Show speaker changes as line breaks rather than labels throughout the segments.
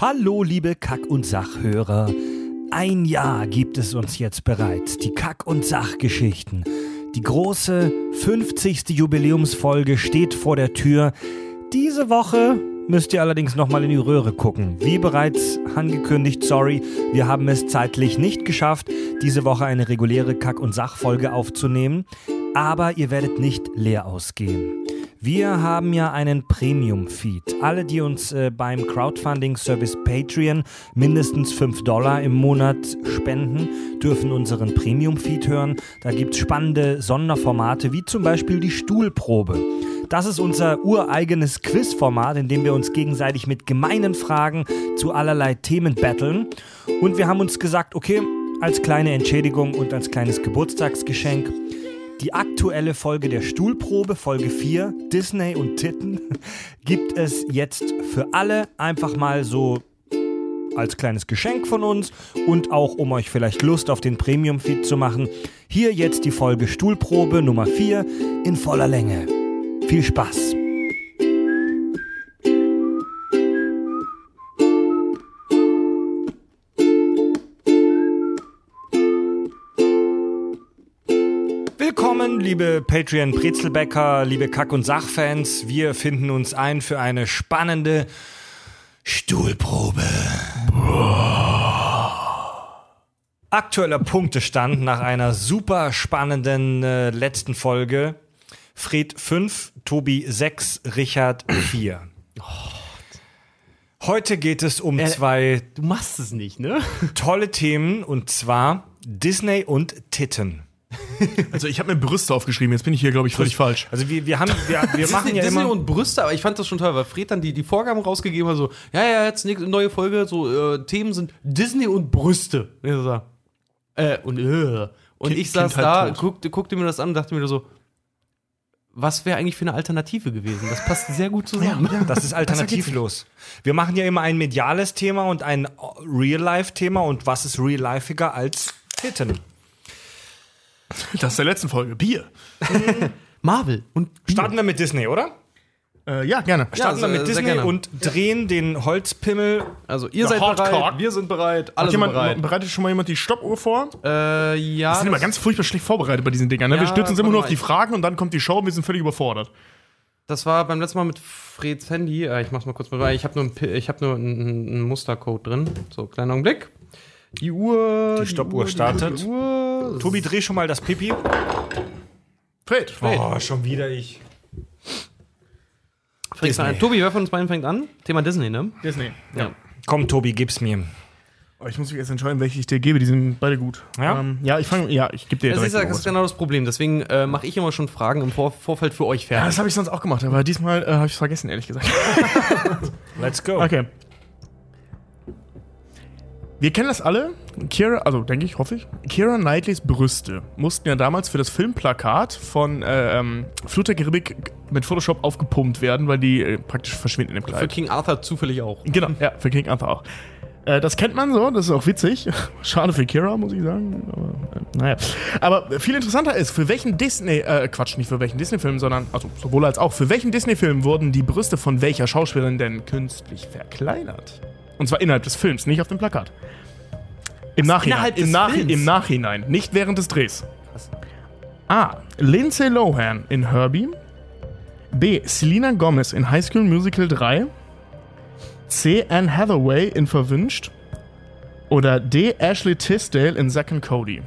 Hallo, liebe Kack- und Sachhörer. Ein Jahr gibt es uns jetzt bereits, die Kack- und Sachgeschichten. Die große 50. Jubiläumsfolge steht vor der Tür. Diese Woche müsst ihr allerdings nochmal in die Röhre gucken. Wie bereits angekündigt, sorry, wir haben es zeitlich nicht geschafft, diese Woche eine reguläre Kack- und Sachfolge aufzunehmen. Aber ihr werdet nicht leer ausgehen. Wir haben ja einen Premium-Feed. Alle, die uns äh, beim Crowdfunding-Service Patreon mindestens 5 Dollar im Monat spenden, dürfen unseren Premium-Feed hören. Da gibt es spannende Sonderformate, wie zum Beispiel die Stuhlprobe. Das ist unser ureigenes Quizformat, in dem wir uns gegenseitig mit gemeinen Fragen zu allerlei Themen battlen. Und wir haben uns gesagt, okay, als kleine Entschädigung und als kleines Geburtstagsgeschenk die aktuelle Folge der Stuhlprobe, Folge 4, Disney und Titten, gibt es jetzt für alle einfach mal so als kleines Geschenk von uns und auch um euch vielleicht Lust auf den Premium-Feed zu machen. Hier jetzt die Folge Stuhlprobe Nummer 4 in voller Länge. Viel Spaß! Willkommen, liebe Patreon Brezelbäcker, liebe Kack- und Sachfans. Wir finden uns ein für eine spannende Stuhlprobe. Aktueller Punktestand nach einer super spannenden äh, letzten Folge. Fred 5, Tobi 6, Richard 4. Heute geht es um
Äh,
zwei
Du machst es nicht, ne?
tolle Themen und zwar Disney und Titten.
Also ich habe mir Brüste aufgeschrieben, jetzt bin ich hier, glaube ich, völlig falsch.
Also wir, wir haben wir, wir machen ja
Disney
immer
und Brüste, aber ich fand das schon toll, weil Fred dann die, die Vorgaben rausgegeben hat, so, ja, ja, jetzt nächste neue Folge, so, äh, Themen sind Disney und Brüste. Und ich so, äh, und, äh. Und
Kind-
ich saß
Kindheit
da,
tot.
guckte, guckte mir das an und dachte mir so, was wäre eigentlich für eine Alternative gewesen? Das passt sehr gut zusammen.
Das ist alternativlos. Wir machen ja immer ein mediales Thema und ein Real-Life-Thema. Und was ist real-lifeiger als Titten?
Das ist der letzten Folge. Bier.
Marvel und
Starten wir mit Disney, oder?
Äh, ja, gerne.
Starten wir
sehr-
mit
sehr
Disney
gerne.
und drehen den Holzpimmel.
Also, ihr
Ja,
seid
Hard
bereit,
Cock.
wir sind bereit, alle sind
Jemand,
bereit.
Bereitet schon mal jemand die Stoppuhr vor?
Äh, ja.
Wir sind immer ganz furchtbar schlecht vorbereitet bei diesen Dingern. Ne?
Ja,
wir stürzen uns immer
warte
nur
mal.
auf die Fragen und dann kommt die Show und wir sind völlig überfordert.
Das war beim letzten Mal mit Freds Handy. Äh, Ich mach's mal kurz mit, weil ich habe nur, ein, Pi- ich hab nur einen, einen Mustercode drin. So, kleiner Augenblick. Die Uhr. Die
Stoppuhr
Uhr,
startet.
Die Uhr.
Tobi, dreh schon mal das Pipi.
Fred,
Oh, schon wieder ich.
Fred fängt an. Tobi, wer von uns beiden fängt an? Thema Disney, ne?
Disney. Ja.
Komm, Tobi, gib's mir.
Oh, ich muss mich jetzt entscheiden, welche ich dir gebe. Die sind beide gut.
Ja?
ähm, ja ich fange. Ja, ich gebe dir
Das
direkt.
ist, ja- das ist
mal was.
genau das Problem. Deswegen äh, mache ich immer schon Fragen im Vor Vorfeld für euch
ja,
fertig.
das habe ich sonst auch gemacht, aber diesmal äh, habe ich es vergessen, ehrlich gesagt.
Let's go.
Okay. Wir kennen das alle. Kira, also denke ich, hoffe ich. Kira Knightleys Brüste mussten ja damals für das Filmplakat von äh, ähm, Flut der Karibik mit Photoshop aufgepumpt werden, weil die äh, praktisch verschwinden im
Für
Kleid.
King Arthur zufällig auch.
genau, ja, für King Arthur auch. Äh, das kennt man so, das ist auch witzig. Schade für Kira, muss ich sagen. Aber, äh, naja. Aber viel interessanter ist, für welchen Disney, äh, Quatsch, nicht für welchen Disney-Film, sondern, also sowohl als auch, für welchen Disney-Film wurden die Brüste von welcher Schauspielerin denn künstlich verkleinert? Und zwar innerhalb des Films, nicht auf dem Plakat. Im Nachhinein.
innerhalb
im,
des
Nach
Films?
Im Nachhinein, nicht während des Drehs.
Krass.
A. Lindsay Lohan in Herbie. B. Selena Gomez in High School Musical 3. C. Anne Hathaway in Verwünscht. Oder D. Ashley Tisdale in Zack and Cody.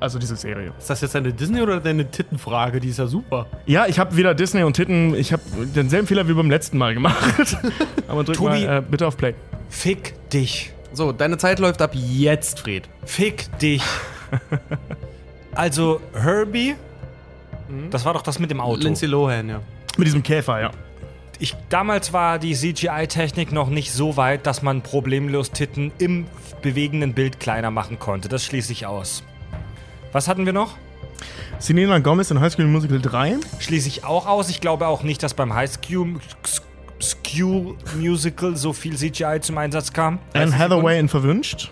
Also diese Serie.
Ist das jetzt deine Disney- oder deine Tittenfrage? Die ist ja super.
Ja, ich habe wieder Disney und Titten. Ich habe denselben Fehler wie beim letzten Mal gemacht. Aber drück
Tobi-
mal äh, bitte auf Play.
Fick dich.
So, deine Zeit läuft ab jetzt, Fred.
Fick dich. also, Herbie. Das war doch das mit dem Auto.
Hm? Lindsay Lohan, ja.
Mit diesem Käfer, ja.
ich, damals war die CGI-Technik noch nicht so weit, dass man problemlos Titten im bewegenden Bild kleiner machen konnte. Das schließe ich aus. Was hatten wir noch?
Selena Gomez in High School Musical 3.
Schließe ich auch aus. Ich glaube auch nicht, dass beim High School School Musical so viel CGI zum Einsatz kam.
Anne Hathaway in Verwünscht.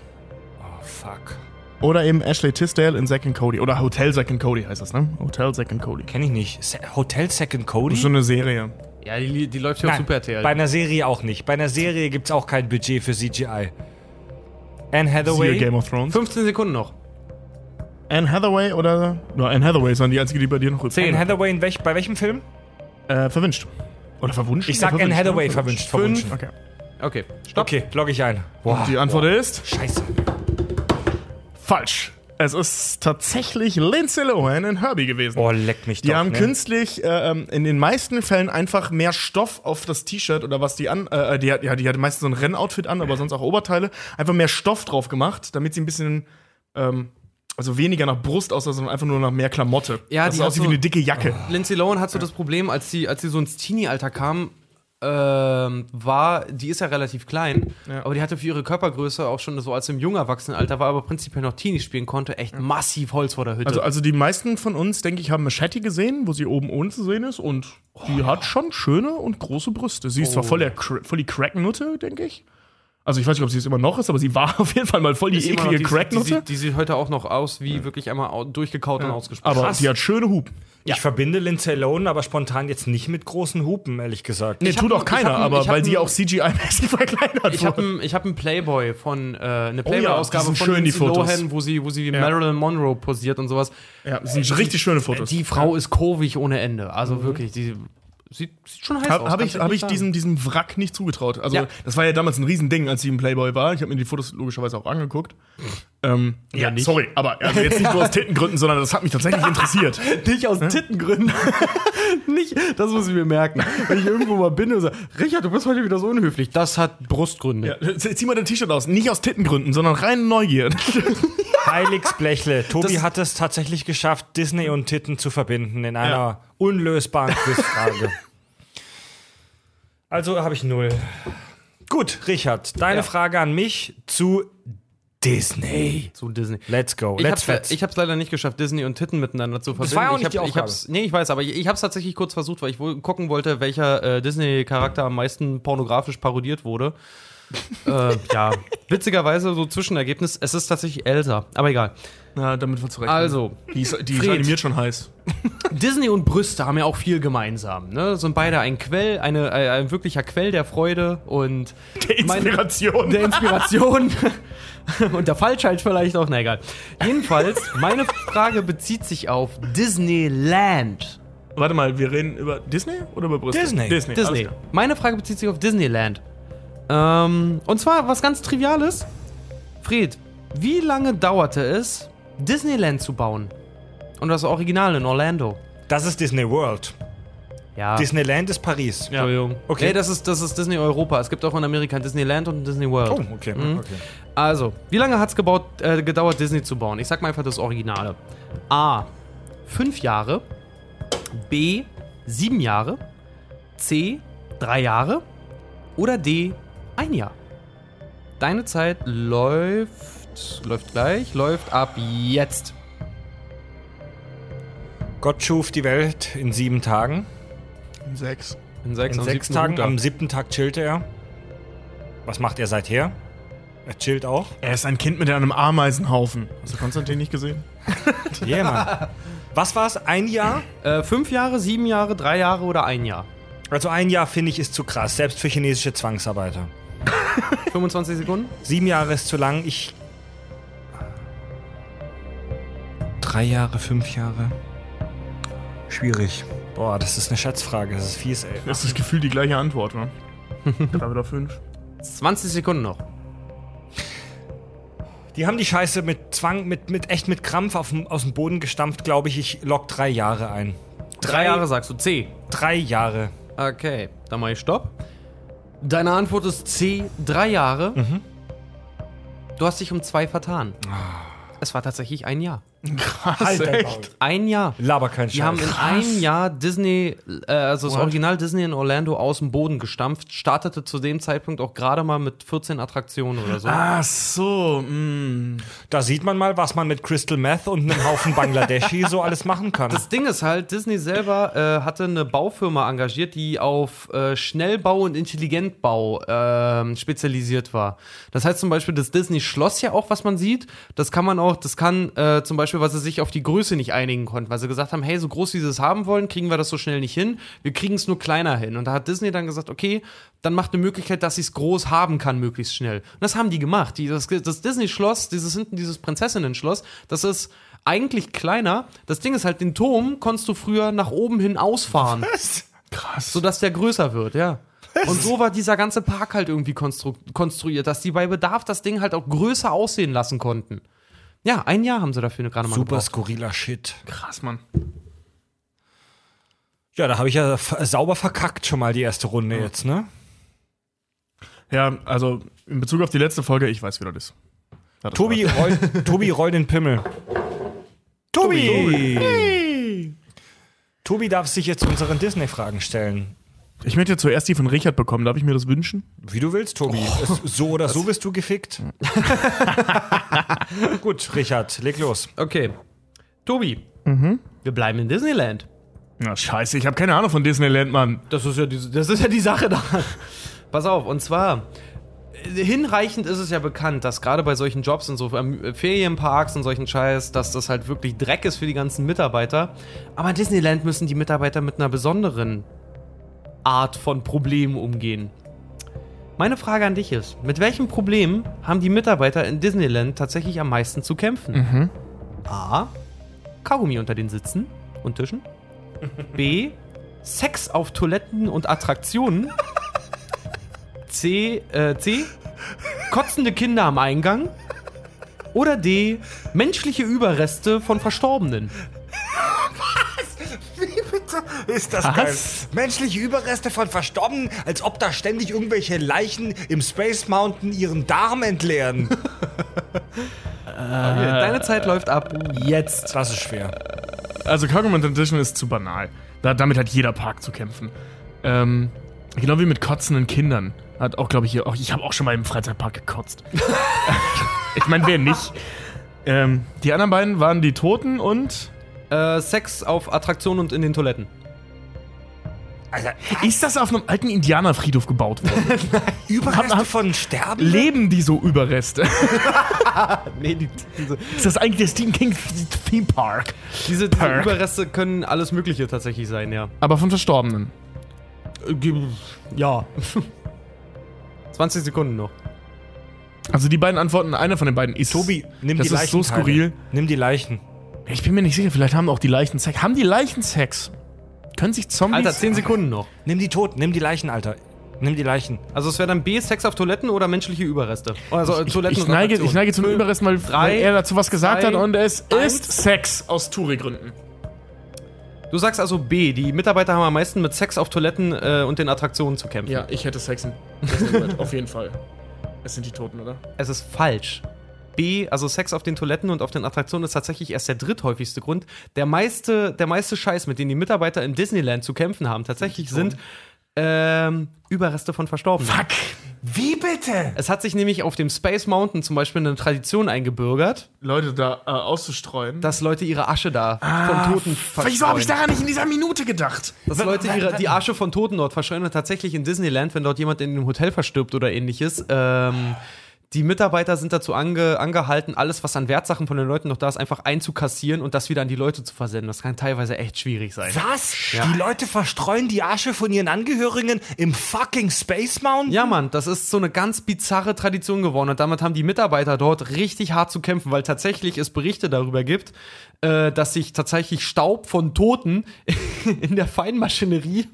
Oh, fuck.
Oder eben Ashley Tisdale in Zack and Cody. Oder Hotel Zack and Cody heißt das, ne? Hotel Zack and Cody.
Kenne ich nicht. Se Hotel Second Cody?
So eine Serie.
Ja, die, die läuft ja auf
Nein,
Super RTL.
Bei einer Serie auch nicht. Bei einer Serie gibt es auch kein Budget für CGI. Anne
Siehe
Hathaway.
Game of Thrones.
15 Sekunden noch.
Anne Hathaway oder. Nur Anne Hathaway ist dann die einzige, die bei dir noch
Anne
übrig
Hathaway in welch, bei welchem Film?
Äh, verwünscht. Oder verwünscht?
Ich sag
Ja,
Anne
verwünscht,
Hathaway
ne?
verwünscht.
Fünf.
verwünscht.
Okay.
Okay, stopp.
Okay, logge ich ein. Boah,
Die Antwort ist.
scheiße.
Falsch. Es ist tatsächlich Lindsay Lohan in Herbie gewesen.
Boah, leck mich
die
doch.
haben
ne?
künstlich äh, ähm, in den meisten Fällen einfach mehr Stoff auf das T-Shirt oder was die an. Äh, die, hat- ja, die hatte meistens so ein Rennoutfit an, aber sonst auch Oberteile. Einfach mehr Stoff drauf gemacht, damit sie ein bisschen. Ähm, also weniger nach Brust aussah, sondern einfach nur nach mehr Klamotte.
Ja,
das
die
sah
hat so-
aussieht
Ah.
wie eine dicke Jacke.
Lindsay Lohan hat so das Problem, als sie, als sie so ins Teenie-Alter kam, ähm, war, die ist ja relativ klein,
Ja.
aber die hatte für ihre Körpergröße auch schon so, als sie im jungen Erwachsenenalter war, aber prinzipiell noch Teenie spielen konnte, echt massiv Holz vor der Hütte.
Also, also die meisten von uns, denke ich, haben Machete gesehen, wo sie oben ohne zu sehen ist. Und
Oh,
die hat schon schöne und große Brüste. Sie ist zwar voll, der, Cra- voll die Cracknutte, denke ich. Also ich weiß nicht, ob sie es immer noch ist, aber sie war auf jeden Fall mal voll die,
ist immer noch-
eklige
die, die,
Cracknutte.
sieht- die sieht heute auch noch aus, wie wirklich einmal au- durchgekaut und ausgesprochen.
Aber
krass.
die hat schöne Hupen.
Ich verbinde Lindsay Lohan aber spontan jetzt nicht mit großen Hupen, ehrlich gesagt.
Nee,
Ich
tut
hab-
auch keiner,
ich hab-
aber
ich hab-
weil sie auch CGI-mäßig verkleinert
Ich habe
wurde.
einen hab ein Playboy von, äh, eine
Oh ja,
Playboy-Ausgabe
die sind
von
schön, die
Lindsay
Fotos.
Lohan, wo sie, wo sie wie Marilyn Monroe posiert und sowas.
Ja, das sind richtig schöne Fotos.
Die Frau ist kurvig ohne Ende. Also wirklich, die sieht, sieht schon heiß
Habe
aus.
hab
kann
ich, hab
nicht
ich
sagen.
diesem, diesem Wrack nicht zugetraut. Also,
Ja.
das war ja damals ein Riesending, als sie im Playboy war. Ich habe mir die Fotos logischerweise auch angeguckt. Ähm, ja,
nicht.
sorry, aber also jetzt nicht nur aus Tittengründen, sondern das hat mich tatsächlich interessiert.
Nicht aus Tittengründen. nicht, das muss ich mir merken. Wenn ich irgendwo mal bin und sage, Richard, du bist heute wieder so unhöflich. Das hat Brustgründe.
Ja, zieh mal dein T-Shirt aus. Nicht aus Tittengründen, sondern rein Neugier.
Heiligsblechle. Tobi
Das-
hat es tatsächlich geschafft, Disney und Titten zu verbinden in einer unlösbaren Quizfrage. also habe ich null. Gut, Richard, deine
Ja.
Frage an mich zu Disney.
So Disney.
Let's go.
Ich
Let's
hab's,
fetz.
ich hab's leider nicht geschafft, Disney und Titten miteinander zu verbinden.
war ja auch
ich
nicht die
ich
Aufgabe.
hab's, Nee, ich weiß, aber ich, ich hab's tatsächlich kurz versucht, weil ich wohl gucken wollte, welcher äh, Disney-Charakter am meisten pornografisch parodiert wurde. äh, ja, witzigerweise so Zwischenergebnis, es ist tatsächlich Elsa, aber egal.
Na, damit wird zurecht.
Also,
die ist, die
Fred.
schon heiß.
Disney und Brüste haben ja auch viel gemeinsam, ne? Sind beide ein Quell, eine, ein, ein wirklicher Quell der Freude und
Der
Meine-
Inspiration.
der Inspiration und der Falschheit vielleicht auch. Na egal. Jedenfalls, meine Frage bezieht sich auf Disneyland.
Warte mal, wir reden über Disney oder über Brüste?
Disney.
Disney.
Disney.
alles klar.
Meine Frage bezieht sich auf Disneyland. Ähm, und zwar was ganz Triviales. Fred, wie lange dauerte es, Disneyland zu bauen? Und das Original in Orlando.
das ist Disney World.
Ja.
Disneyland ist Paris.
Entschuldigung.
Okay.
Okay. Nee, das ist, das ist Disney Europa. Es gibt auch in Amerika ein Disneyland und ein Disney World.
Oh, okay. okay.
Also, wie lange hat es äh, gedauert, Disney zu bauen? Ich sag mal einfach das Originale. A. Fünf Jahre. B. Sieben Jahre. C. Drei Jahre. Oder D. Ein Jahr. Deine Zeit läuft. läuft gleich. läuft ab jetzt.
Gott schuf die Welt in sieben Tagen.
Sechs.
In sechs,
In
am
sechs
siebten
Tagen.
Ruhetag.
Am siebten Tag chillte er. Was macht er seither? Er chillt auch.
Er ist ein Kind mit einem Ameisenhaufen. Hast du Konstantin nicht gesehen?
Yeah, Mann. Was war es? Ein Jahr?
Äh, fünf Jahre, sieben Jahre, drei Jahre oder ein Jahr?
Also ein Jahr finde ich ist zu krass, selbst für chinesische Zwangsarbeiter.
25 Sekunden?
Sieben Jahre ist zu lang. Ich. Drei Jahre, fünf Jahre. Schwierig. Boah, das ist eine Schätzfrage. Das ist fies, ey.
Das ist gefühlt die gleiche Antwort, ne? Drei oder fünf.
20 Sekunden noch.
Die haben die Scheiße mit Zwang, mit, mit echt mit Krampf auf, aus dem Boden gestampft, glaube ich. Ich lock drei Jahre ein.
Drei Jahre sagst du. C.
Drei Jahre.
Okay, dann mache ich Stopp. Deine Antwort ist C, drei Jahre. Du hast dich um zwei vertan. Es war tatsächlich ein Jahr.
Krass,
Halt dein
echt.
Maul.
Ein Jahr.
Laber kein
Die haben
Scheiß.
in einem Jahr Disney, äh, also das Original Disney in Orlando aus dem Boden gestampft, startete zu dem Zeitpunkt auch gerade mal mit 14 Attraktionen oder so.
Ach so, mm.
Da sieht man mal, was man mit Crystal Meth und einem Haufen Bangladeschi so alles machen kann.
Das Ding ist halt, Disney selber äh, hatte eine Baufirma engagiert, die auf äh, Schnellbau und Intelligentbau ähm, spezialisiert war. Das heißt zum Beispiel, das Disney-Schloss ja auch, was man sieht, das kann man auch, das kann äh, zum Beispiel, weil sie sich auf die Größe nicht einigen konnten, weil sie gesagt haben, hey, so groß wie sie es haben wollen, kriegen wir das so schnell nicht hin, wir kriegen es nur kleiner hin. Und da hat Disney dann gesagt, okay, dann macht eine Möglichkeit, dass sie es groß haben kann, möglichst schnell. Und das haben die gemacht. Die, das das Disney-Schloss, dieses hinten, dieses Prinzessinnen-Schloss, das ist eigentlich kleiner. Das Ding ist halt, den Turm konntest du früher nach oben hin ausfahren,
Krass.
sodass der größer wird, ja. Und so war dieser ganze Park halt irgendwie konstru konstruiert, dass die bei Bedarf das Ding halt auch größer aussehen lassen konnten. Ja, ein Jahr haben sie dafür gerade mal
Super
gebraucht.
skurriler Shit.
krass, Mann.
Ja, da habe ich ja f- sauber verkackt schon mal die erste Runde jetzt, ne?
Ja, also in Bezug auf die letzte Folge, ich weiß, wie das ist. Ja, das
Tobi, roll, Tobi, roll den Pimmel. Tobi! Tobi, darf sich jetzt unseren Disney-Fragen stellen.
war's. Ich möchte zuerst die von Richard bekommen. Darf ich mir das wünschen?
Wie du willst, Tobi.
Oh.
Es- so oder so wirst du gefickt. Gut, Richard, leg los.
Okay. Tobi, wir bleiben in Disneyland.
Na, scheiße, ich habe keine Ahnung von Disneyland, Mann.
Das ist ja die, das ist ja die Sache da. Pass auf, und zwar. äh, Hinreichend ist es ja bekannt, dass gerade bei solchen Jobs und so ähm, Ferienparks und solchen Scheiß, dass das halt wirklich Dreck ist für die ganzen Mitarbeiter. Aber in Disneyland müssen die Mitarbeiter mit einer besonderen Art von Problemen umgehen. Meine Frage an dich ist: Mit welchem Problem haben die Mitarbeiter in Disneyland tatsächlich am meisten zu kämpfen? A. Kaugummi unter den Sitzen und Tischen. B. Sex auf Toiletten und Attraktionen. C. Äh, C. Kotzende Kinder am Eingang. Oder D. Menschliche Überreste von Verstorbenen.
Ist das
Was?
geil? Menschliche Überreste von Verstorbenen, als ob da ständig irgendwelche Leichen im Space Mountain ihren Darm entleeren.
Deine Zeit läuft ab. Äh, Jetzt.
Das ist schwer.
Also Cogman Edition ist zu banal. Da, damit hat jeder Park zu kämpfen. Ähm, genau wie mit kotzenden Kindern. Hat auch, glaube ich, hier auch, ich habe auch schon mal im Freizeitpark gekotzt. ich meine, wer nicht? Ähm, die anderen beiden waren die Toten und.
Äh, Sex auf Attraktionen und in den Toiletten.
Alter,
Ist das auf einem alten Indianerfriedhof gebaut worden?
Überreste von Sterben?
Leben die so Überreste?
Nee, die, diese,
ist das eigentlich der Stephen King Theme Park?
diese, diese Überreste können alles Mögliche tatsächlich sein, ja.
Aber von Verstorbenen.
Äh,
Ja. 20 Sekunden noch.
Also die beiden Antworten, eine von den beiden ist.
Tobi, nimm
das
die
ist
Leichen.
so skurril.
Nimm die Leichen.
Ich bin mir nicht sicher, vielleicht haben auch die Leichen Sex. Haben die Leichen Sex? Können sich Zombies.
Alter, 10 Sekunden noch.
Nimm die Toten, nimm die Leichen, Alter. Nimm die Leichen.
Also es wäre dann B, Sex auf Toiletten oder menschliche Überreste. Also
Ich,
Toiletten
ich, neige, ich
Attraktionen.
neige zum Überrest, weil, weil er dazu was gesagt
zwei,
hat und es
eins.
ist Sex aus Touri-Gründen.
Du sagst also B, die Mitarbeiter haben am meisten mit Sex auf Toiletten äh, und den Attraktionen zu kämpfen.
Ja, ich hätte Sex in Disneyland, auf jeden Fall. Es sind die Toten, oder?
Es ist falsch. B, also Sex auf den Toiletten und auf den Attraktionen ist tatsächlich erst der dritthäufigste Grund. Der meiste, der meiste Scheiß, mit dem die Mitarbeiter in Disneyland zu kämpfen haben, tatsächlich sind ähm, Überreste von Verstorbenen.
Fuck!
Wie bitte?
Es hat sich nämlich auf dem Space Mountain zum Beispiel eine Tradition eingebürgert,
Leute da äh, auszustreuen.
dass Leute ihre Asche da von Toten verstreuen.
Wieso habe Ah, ich daran nicht in dieser Minute gedacht?
Dass Leute ihre, die Asche von Toten dort verschreien und tatsächlich in Disneyland, wenn dort jemand in einem Hotel verstirbt oder ähnliches, ähm, die Mitarbeiter sind dazu ange, angehalten, alles, was an Wertsachen von den Leuten noch da ist, einfach einzukassieren und das wieder an die Leute zu versenden. Das kann teilweise echt schwierig sein.
Was? Die Leute verstreuen die Asche von ihren Angehörigen im fucking Space Mountain?
Ja, Mann, das ist so eine ganz bizarre Tradition geworden und damit haben die Mitarbeiter dort richtig hart zu kämpfen, weil tatsächlich es Berichte darüber gibt, äh, dass sich tatsächlich Staub von Toten in der Feinmaschinerie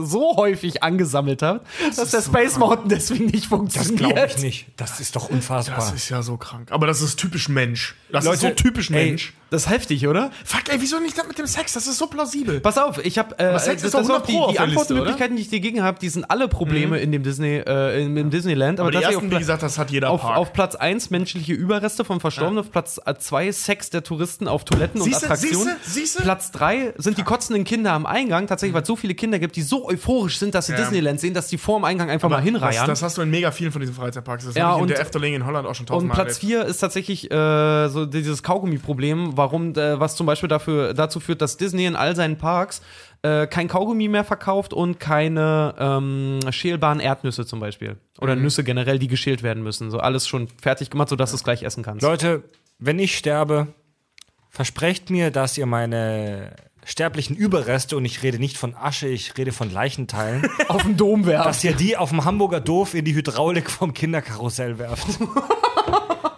so häufig angesammelt hat, dass der Space Mountain deswegen nicht
Das
funktioniert.
glaube ich nicht. Das ist doch unfassbar.
Das ist ja so krank. Aber das ist typisch Mensch. Das ist so
Leute,
typisch
ey.
Mensch.
Das ist heftig, oder?
Fuck, ey, wieso nicht das mit dem Sex? Das ist so plausibel.
Pass auf, ich habe äh,
Aber Sex
das-
ist doch
das
100
die,
Pro auf
die
der Liste, Mhm.
Antwortmöglichkeiten, die ich dir gegen habe, die sind alle Probleme in dem Disney äh, im, im Disneyland, aber,
Aber die
tatsächlich
ersten, wie gesagt, das hat jeder
auf,
Park.
auf, auf Platz 1 menschliche Überreste von Verstorbenen, auf Platz 2 Sex der Touristen auf Toiletten
Siehste,
und Attraktionen.
siehste, siehste? Mhm.
Platz 3 sind die kotzenden Kinder am Eingang, tatsächlich, weil es so viele Kinder gibt, die so euphorisch sind, dass sie
Ja.
Disneyland sehen, dass die vor dem Eingang einfach mal
das,
hinreiern.
das hast du in mega vielen von diesen Freizeitparks. Das
Ja,
habe ich
und-
in der Efteling in Holland auch schon
Und
tausendmal
Platz
erlebt.
4 ist tatsächlich äh, so dieses Kaugummi-Problem, warum, äh, was zum Beispiel dafür, dazu führt, dass Disney in all seinen Parks äh, kein Kaugummi mehr verkauft und keine ähm, schälbaren Erdnüsse zum Beispiel. Oder
Mhm.
Nüsse generell, die geschält werden müssen. So alles schon fertig gemacht, sodass du es gleich essen kannst.
Leute, wenn ich sterbe, Versprecht mir, dass ihr meine sterblichen Überreste, und ich rede nicht von Asche, ich rede von Leichenteilen,
Auf den Dom werfen.
dass ihr die auf dem Hamburger Doof in die Hydraulik vom Kinderkarussell werft.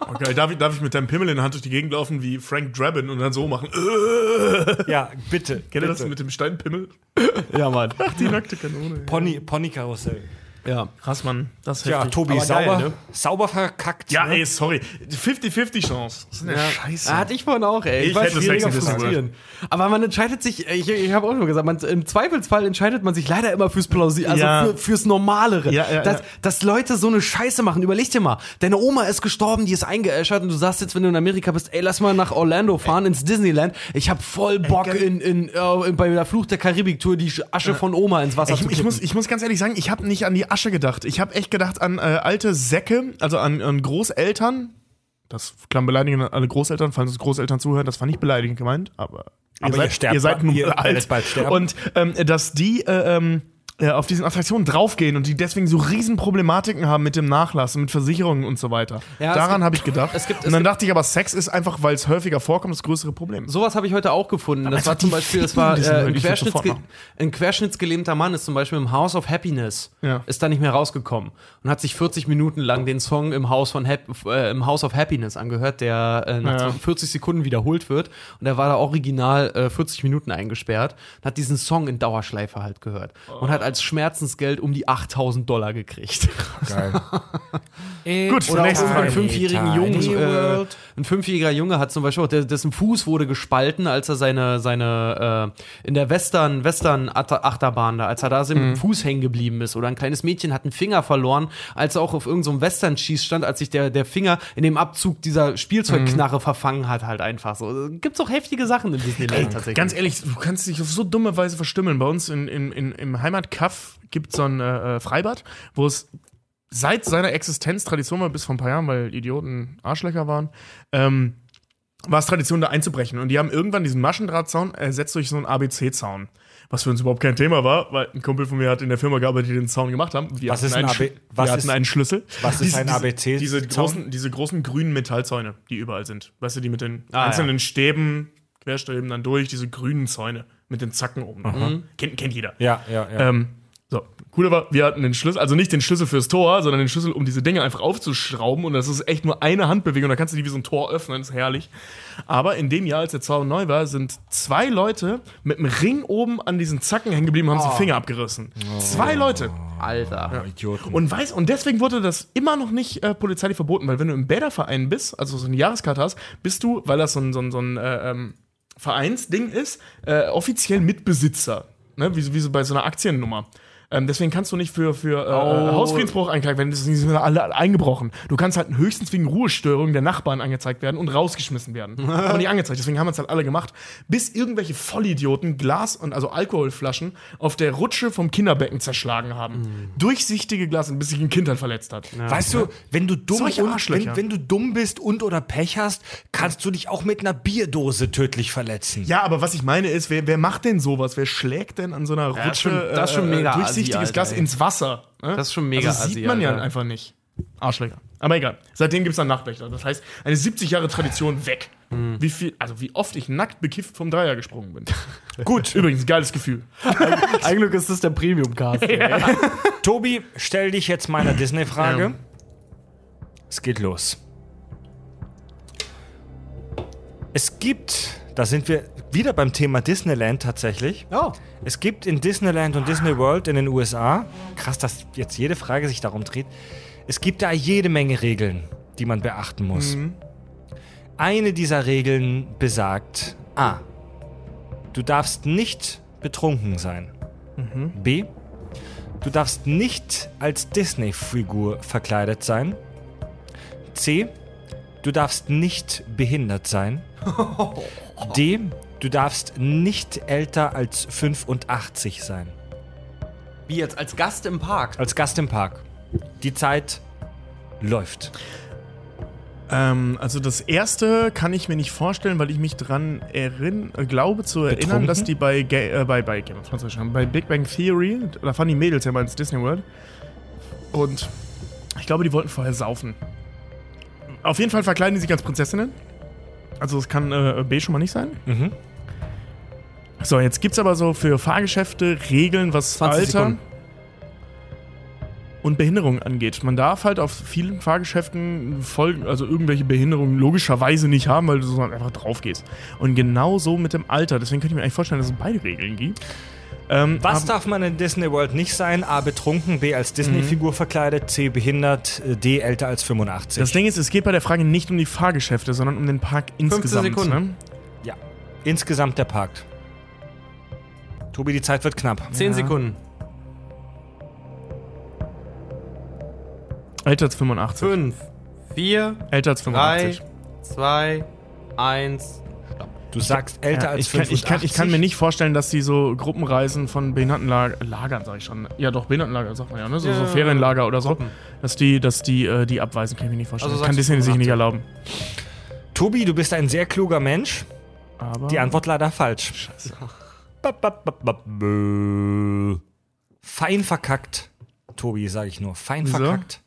Okay, darf ich, darf ich mit deinem Pimmel in der Hand durch die Gegend laufen wie Frank Drabin und dann so machen? Äh,
Ja, bitte.
Kennt ihr das
bitte.
mit dem Steinpimmel?
Ja, Mann.
Die nackte Kanone.
Pony, Ponykarussell.
Ja.
Krass, Mann. Das ist
Ja,
heftig.
Tobi,
Aber geil,
sauber,
ne?
sauber verkackt.
Ja,
ne?
ey, sorry. 50-50 Chance. Das ist eine Scheiße.
Ah, hatte ich vorhin auch, ey.
Ich hätte es
schwieriger
wechseln müssen,
frustrierend. Aber man entscheidet sich, ich, ich habe auch schon gesagt, man, im Zweifelsfall entscheidet man sich leider immer fürs Plausi, also
Ja.
für, fürs Normalere.
Ja, ja,
dass,
ja.
dass Leute so eine Scheiße machen. Überleg dir mal, deine Oma ist gestorben, die ist eingeäschert und du sagst jetzt, wenn du in Amerika bist, ey, lass mal nach Orlando fahren, ins Disneyland. Ich habe voll Bock
geil.
in, in, äh, bei der Fluch der Karibik-Tour die Asche von Oma ins Wasser
Ich,
zu
ich,
kippen.
muss, ich muss ganz ehrlich sagen, ich habe nicht an die Asche gedacht. Ich habe echt gedacht an äh, alte Säcke, also an, an Großeltern. Das klang beleidigend an alle Großeltern, falls uns Großeltern zuhören. Das war nicht beleidigend gemeint, aber,
Aber ihr sterbt
ihr seid
bald-
nun
ihr
mal alt.
werdet bald sterben.
Und ähm, dass die äh, ähm, äh, auf diesen Attraktionen draufgehen und die deswegen so riesen Problematiken haben mit dem Nachlass und mit Versicherungen und so weiter.
Ja, es
Daran
gibt-
habe ich gedacht.
es gibt- es
und dann
gibt-
dachte ich aber, Sex ist einfach, weil es häufiger vorkommt, das größere Problem.
Sowas habe ich heute auch gefunden. das
es
war
hat
zum
die
Beispiel, das
Fliegen,
war
die sind
äh, ein,
wirklich jetzt
Querschnittsge
sofort
ein querschnittsgelähmter Mann ist zum Beispiel im House of Happiness,
Ja.
ist da nicht mehr rausgekommen und hat sich 40 Minuten lang den Song im House, von Hap äh, im House of Happiness angehört, der äh, nach
Ja.
40 Sekunden wiederholt wird und er war da original äh, 40 Minuten eingesperrt und hat diesen Song in Dauerschleife halt gehört und
Oh.
hat als Schmerzensgeld um die 8000 Dollar gekriegt.
Gut,
Oder auch
nächste
von
Frage.
einem fünfjährigen Jungen.
Tiny
Äh,
World.
ein fünfjähriger Junge hat zum Beispiel auch, der, dessen Fuß wurde gespalten, als er seine, seine äh, in der Western, Western Achter- Achterbahn da, als er da im Fuß hängen geblieben ist. Oder ein kleines Mädchen hat einen Finger verloren, als er auch auf irgendeinem Western Schieß stand, als sich der, der Finger in dem Abzug dieser Spielzeugknarre verfangen hat, halt einfach so. Gibt's auch heftige Sachen in Disneyland tatsächlich.
Ganz ehrlich, du kannst dich auf so dumme Weise verstümmeln. Bei uns in, in, in, im Heimatkaff gibt es so ein äh, äh, Freibad, wo es seit seiner Existenz Tradition war, bis vor ein paar Jahren, weil Idioten Arschlöcher waren, ähm, war es Tradition, da einzubrechen. Und die haben irgendwann diesen Maschendrahtzaun ersetzt durch so einen ABC-Zaun. Was für uns überhaupt kein Thema war, weil ein Kumpel von mir hat in der Firma gearbeitet, die den Zaun gemacht haben. Wir
Was
hatten
ist ein
einen
AB
Schl-
was
wir
ist-
hatten einen Schlüssel.
was ist ein ABC-Zaun?
Diese großen, diese großen grünen Metallzäune, die überall sind. Weißt du, die mit den
Ah,
einzelnen Stäben, Querstäben dann durch, diese grünen Zäune mit den Zacken oben. drauf. Kennt, kennt jeder.
Ja, ja, ja.
Ähm, so, cool war, wir hatten den Schlüssel, also nicht den Schlüssel fürs Tor, sondern den Schlüssel, um diese Dinge einfach aufzuschrauben. Und das ist echt nur eine Handbewegung. Da kannst du die wie so ein Tor öffnen, das ist herrlich. Aber in dem Jahr, als der Zaun neu war, sind zwei Leute mit einem Ring oben an diesen Zacken hängen geblieben und haben sich Finger abgerissen. Zwei Leute.
Alter.
Idioten.
Und weiß, und deswegen wurde das immer noch nicht äh, polizeilich verboten, weil wenn du im Bäderverein bist, also so eine Jahreskarte hast, bist du, weil das so ein, so ein, so ein äh, ähm, Vereinsding ist, äh, offiziell Mitbesitzer. Ne? Wie, so- wie so bei so einer Aktiennummer. Ähm, deswegen kannst du nicht für, für äh, Hausfriedensbruch angeklagt werden, die sind alle eingebrochen. Du kannst halt höchstens wegen Ruhestörung der Nachbarn angezeigt werden und rausgeschmissen werden. Aber nicht angezeigt, deswegen haben wir es halt alle gemacht. Bis irgendwelche Vollidioten Glas und also Alkoholflaschen auf der Rutsche vom Kinderbecken zerschlagen haben. Durchsichtige Glasen, bis sich ein Kind dann verletzt hat.
Weißt du, wenn du, dumm
Solche
und,
Arschlöcher.
wenn, wenn du dumm bist und oder Pech hast, kannst du dich auch mit einer Bierdose tödlich
Hm.
verletzen.
Ja, aber was ich meine ist, wer, wer macht denn sowas? Wer schlägt denn an so einer Rutsche
das ist schon- das ist schon
äh, äh,
mega assi,
durchsichtiges
Alter,
Glas
ey.
ins Wasser? ne?
Das ist schon mega
Also
assi,
sieht man ja
Alter.
einfach nicht. Arschläger. Aber egal. Seitdem gibt's dann Nachtwächter. Das heißt, eine 70 Jahre Tradition weg.
Hm.
Wie viel, also wie oft ich nackt bekifft vom Dreier gesprungen bin. Gut. Übrigens, geiles Gefühl.
Ein Glück ist das der Premium-Cast.
Tobi, stell dich jetzt meiner Disney-Frage. Es geht los. Es gibt, da sind wir wieder beim Thema Disneyland tatsächlich.
Oh.
Es gibt in Disneyland und Disney World in den USA, krass, dass jetzt jede Frage sich darum dreht, es gibt da jede Menge Regeln, die man beachten muss. Eine dieser Regeln besagt, a, du darfst nicht betrunken sein. B, du darfst nicht als Disney-Figur verkleidet sein. C, du darfst nicht behindert sein. D. Du darfst nicht älter als 85 sein.
Wie jetzt als Gast im Park.
Als Gast im Park. Die Zeit läuft.
Ähm, also das erste kann ich mir nicht vorstellen, weil ich mich dran erinn, äh, glaube zu erinnern,
Betrunken?
dass die bei, Ga äh, bei, bei Game of Thrones, sag ich schon, bei Big Bang Theory, da fahren die Mädels ja mal ins Disney World. Und ich glaube, die wollten vorher saufen. Auf jeden Fall verkleiden die sich als Prinzessinnen. Also es kann äh, B schon mal nicht sein. So, jetzt gibt's aber so für Fahrgeschäfte Regeln, was
20
Alter
Sekunden.
und Behinderung angeht. Man darf halt auf vielen Fahrgeschäften Folgen, also irgendwelche Behinderungen logischerweise nicht haben, weil du so einfach drauf gehst. Und genau so mit dem Alter. Deswegen könnte ich mir eigentlich vorstellen, dass es beide Regeln gibt. Ähm,
Was
ab-
darf man in Disney World nicht sein? A. Betrunken, B. als Disney-Figur verkleidet, C. Behindert, äh, D. älter als 85.
Mhm. Das Ding ist, es geht bei der Frage nicht um die Fahrgeschäfte, sondern um den Park insgesamt.
Sekunden.
Ne?
Insgesamt der Park. Tobi, die Zeit wird knapp.
10 Sekunden.
Älter als 85.
5, 4,
Älter als
3,
85.
2, 1.
Du sagst älter
Ja,
als
ich kann, ich, kann, ich kann mir
85.
nicht vorstellen, dass die so Gruppenreisen von Behindertenlagern, sag ich schon. Ja, doch, Behindertenlager sagt man ja, ne? So, so
Ja,
Ferienlager oder so.
Gruppen.
Dass die, dass die, äh, die abweisen, kann ich mir nicht vorstellen.
Also
kann
sagst du
Disney sich nicht
85.
erlauben.
Tobi, du bist ein sehr kluger Mensch.
Aber
Die Antwort leider falsch. Scheiße. Fein verkackt. Tobi, sage ich nur. Fein
Wieso?
verkackt.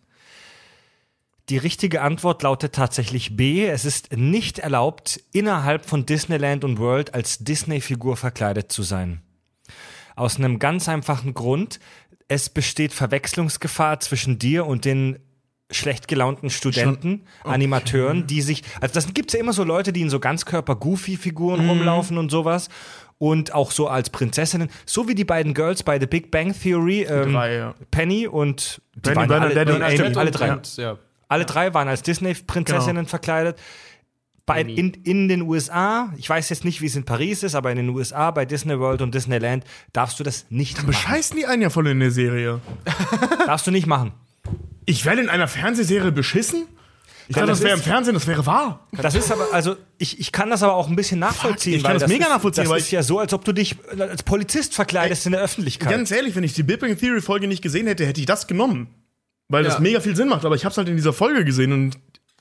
Die richtige Antwort lautet tatsächlich B. Es ist nicht erlaubt, innerhalb von Disneyland und World als Disney-Figur verkleidet zu sein. Aus einem ganz einfachen Grund. Es besteht Verwechslungsgefahr zwischen dir und den schlecht gelaunten Studenten, Animateuren, die sich, also das gibt's ja immer so Leute, die in so
Mhm.
Ganzkörper-Goofy-Figuren rumlaufen und sowas und auch so als Prinzessinnen, so wie die beiden Girls bei The Big Bang Theory, ähm,
drei, ja.
Penny und die
Penny,
waren ja
Bernadette
alle,
und
nee, stimmt,
Amy.
alle drei,
Und, ja.
alle drei waren als Disney-Prinzessinnen
Genau.
verkleidet. Bei, in, in den USA, ich weiß jetzt nicht, wie es in Paris ist, aber in den USA bei Disney World und Disneyland darfst du das nicht machen.
Bescheißen die einen ja voll in der Serie.
Darfst du nicht machen.
Ich werde in einer Fernsehserie beschissen? Ich
Ja,
dachte,
das
das wäre im
ist-
Fernsehen, das wäre wahr.
Das ist aber, also ich, ich kann das aber auch ein bisschen nachvollziehen.
ich kann
weil
das mega
ist,
nachvollziehen,
Das
weil
ist
ich-
ja so, als ob du dich als Polizist verkleidest in der Öffentlichkeit.
Ganz ehrlich, wenn ich die Big Bang Theory Folge nicht gesehen hätte, hätte ich das genommen. Weil das
Ja.
mega viel Sinn macht, aber ich hab's halt in dieser Folge gesehen und.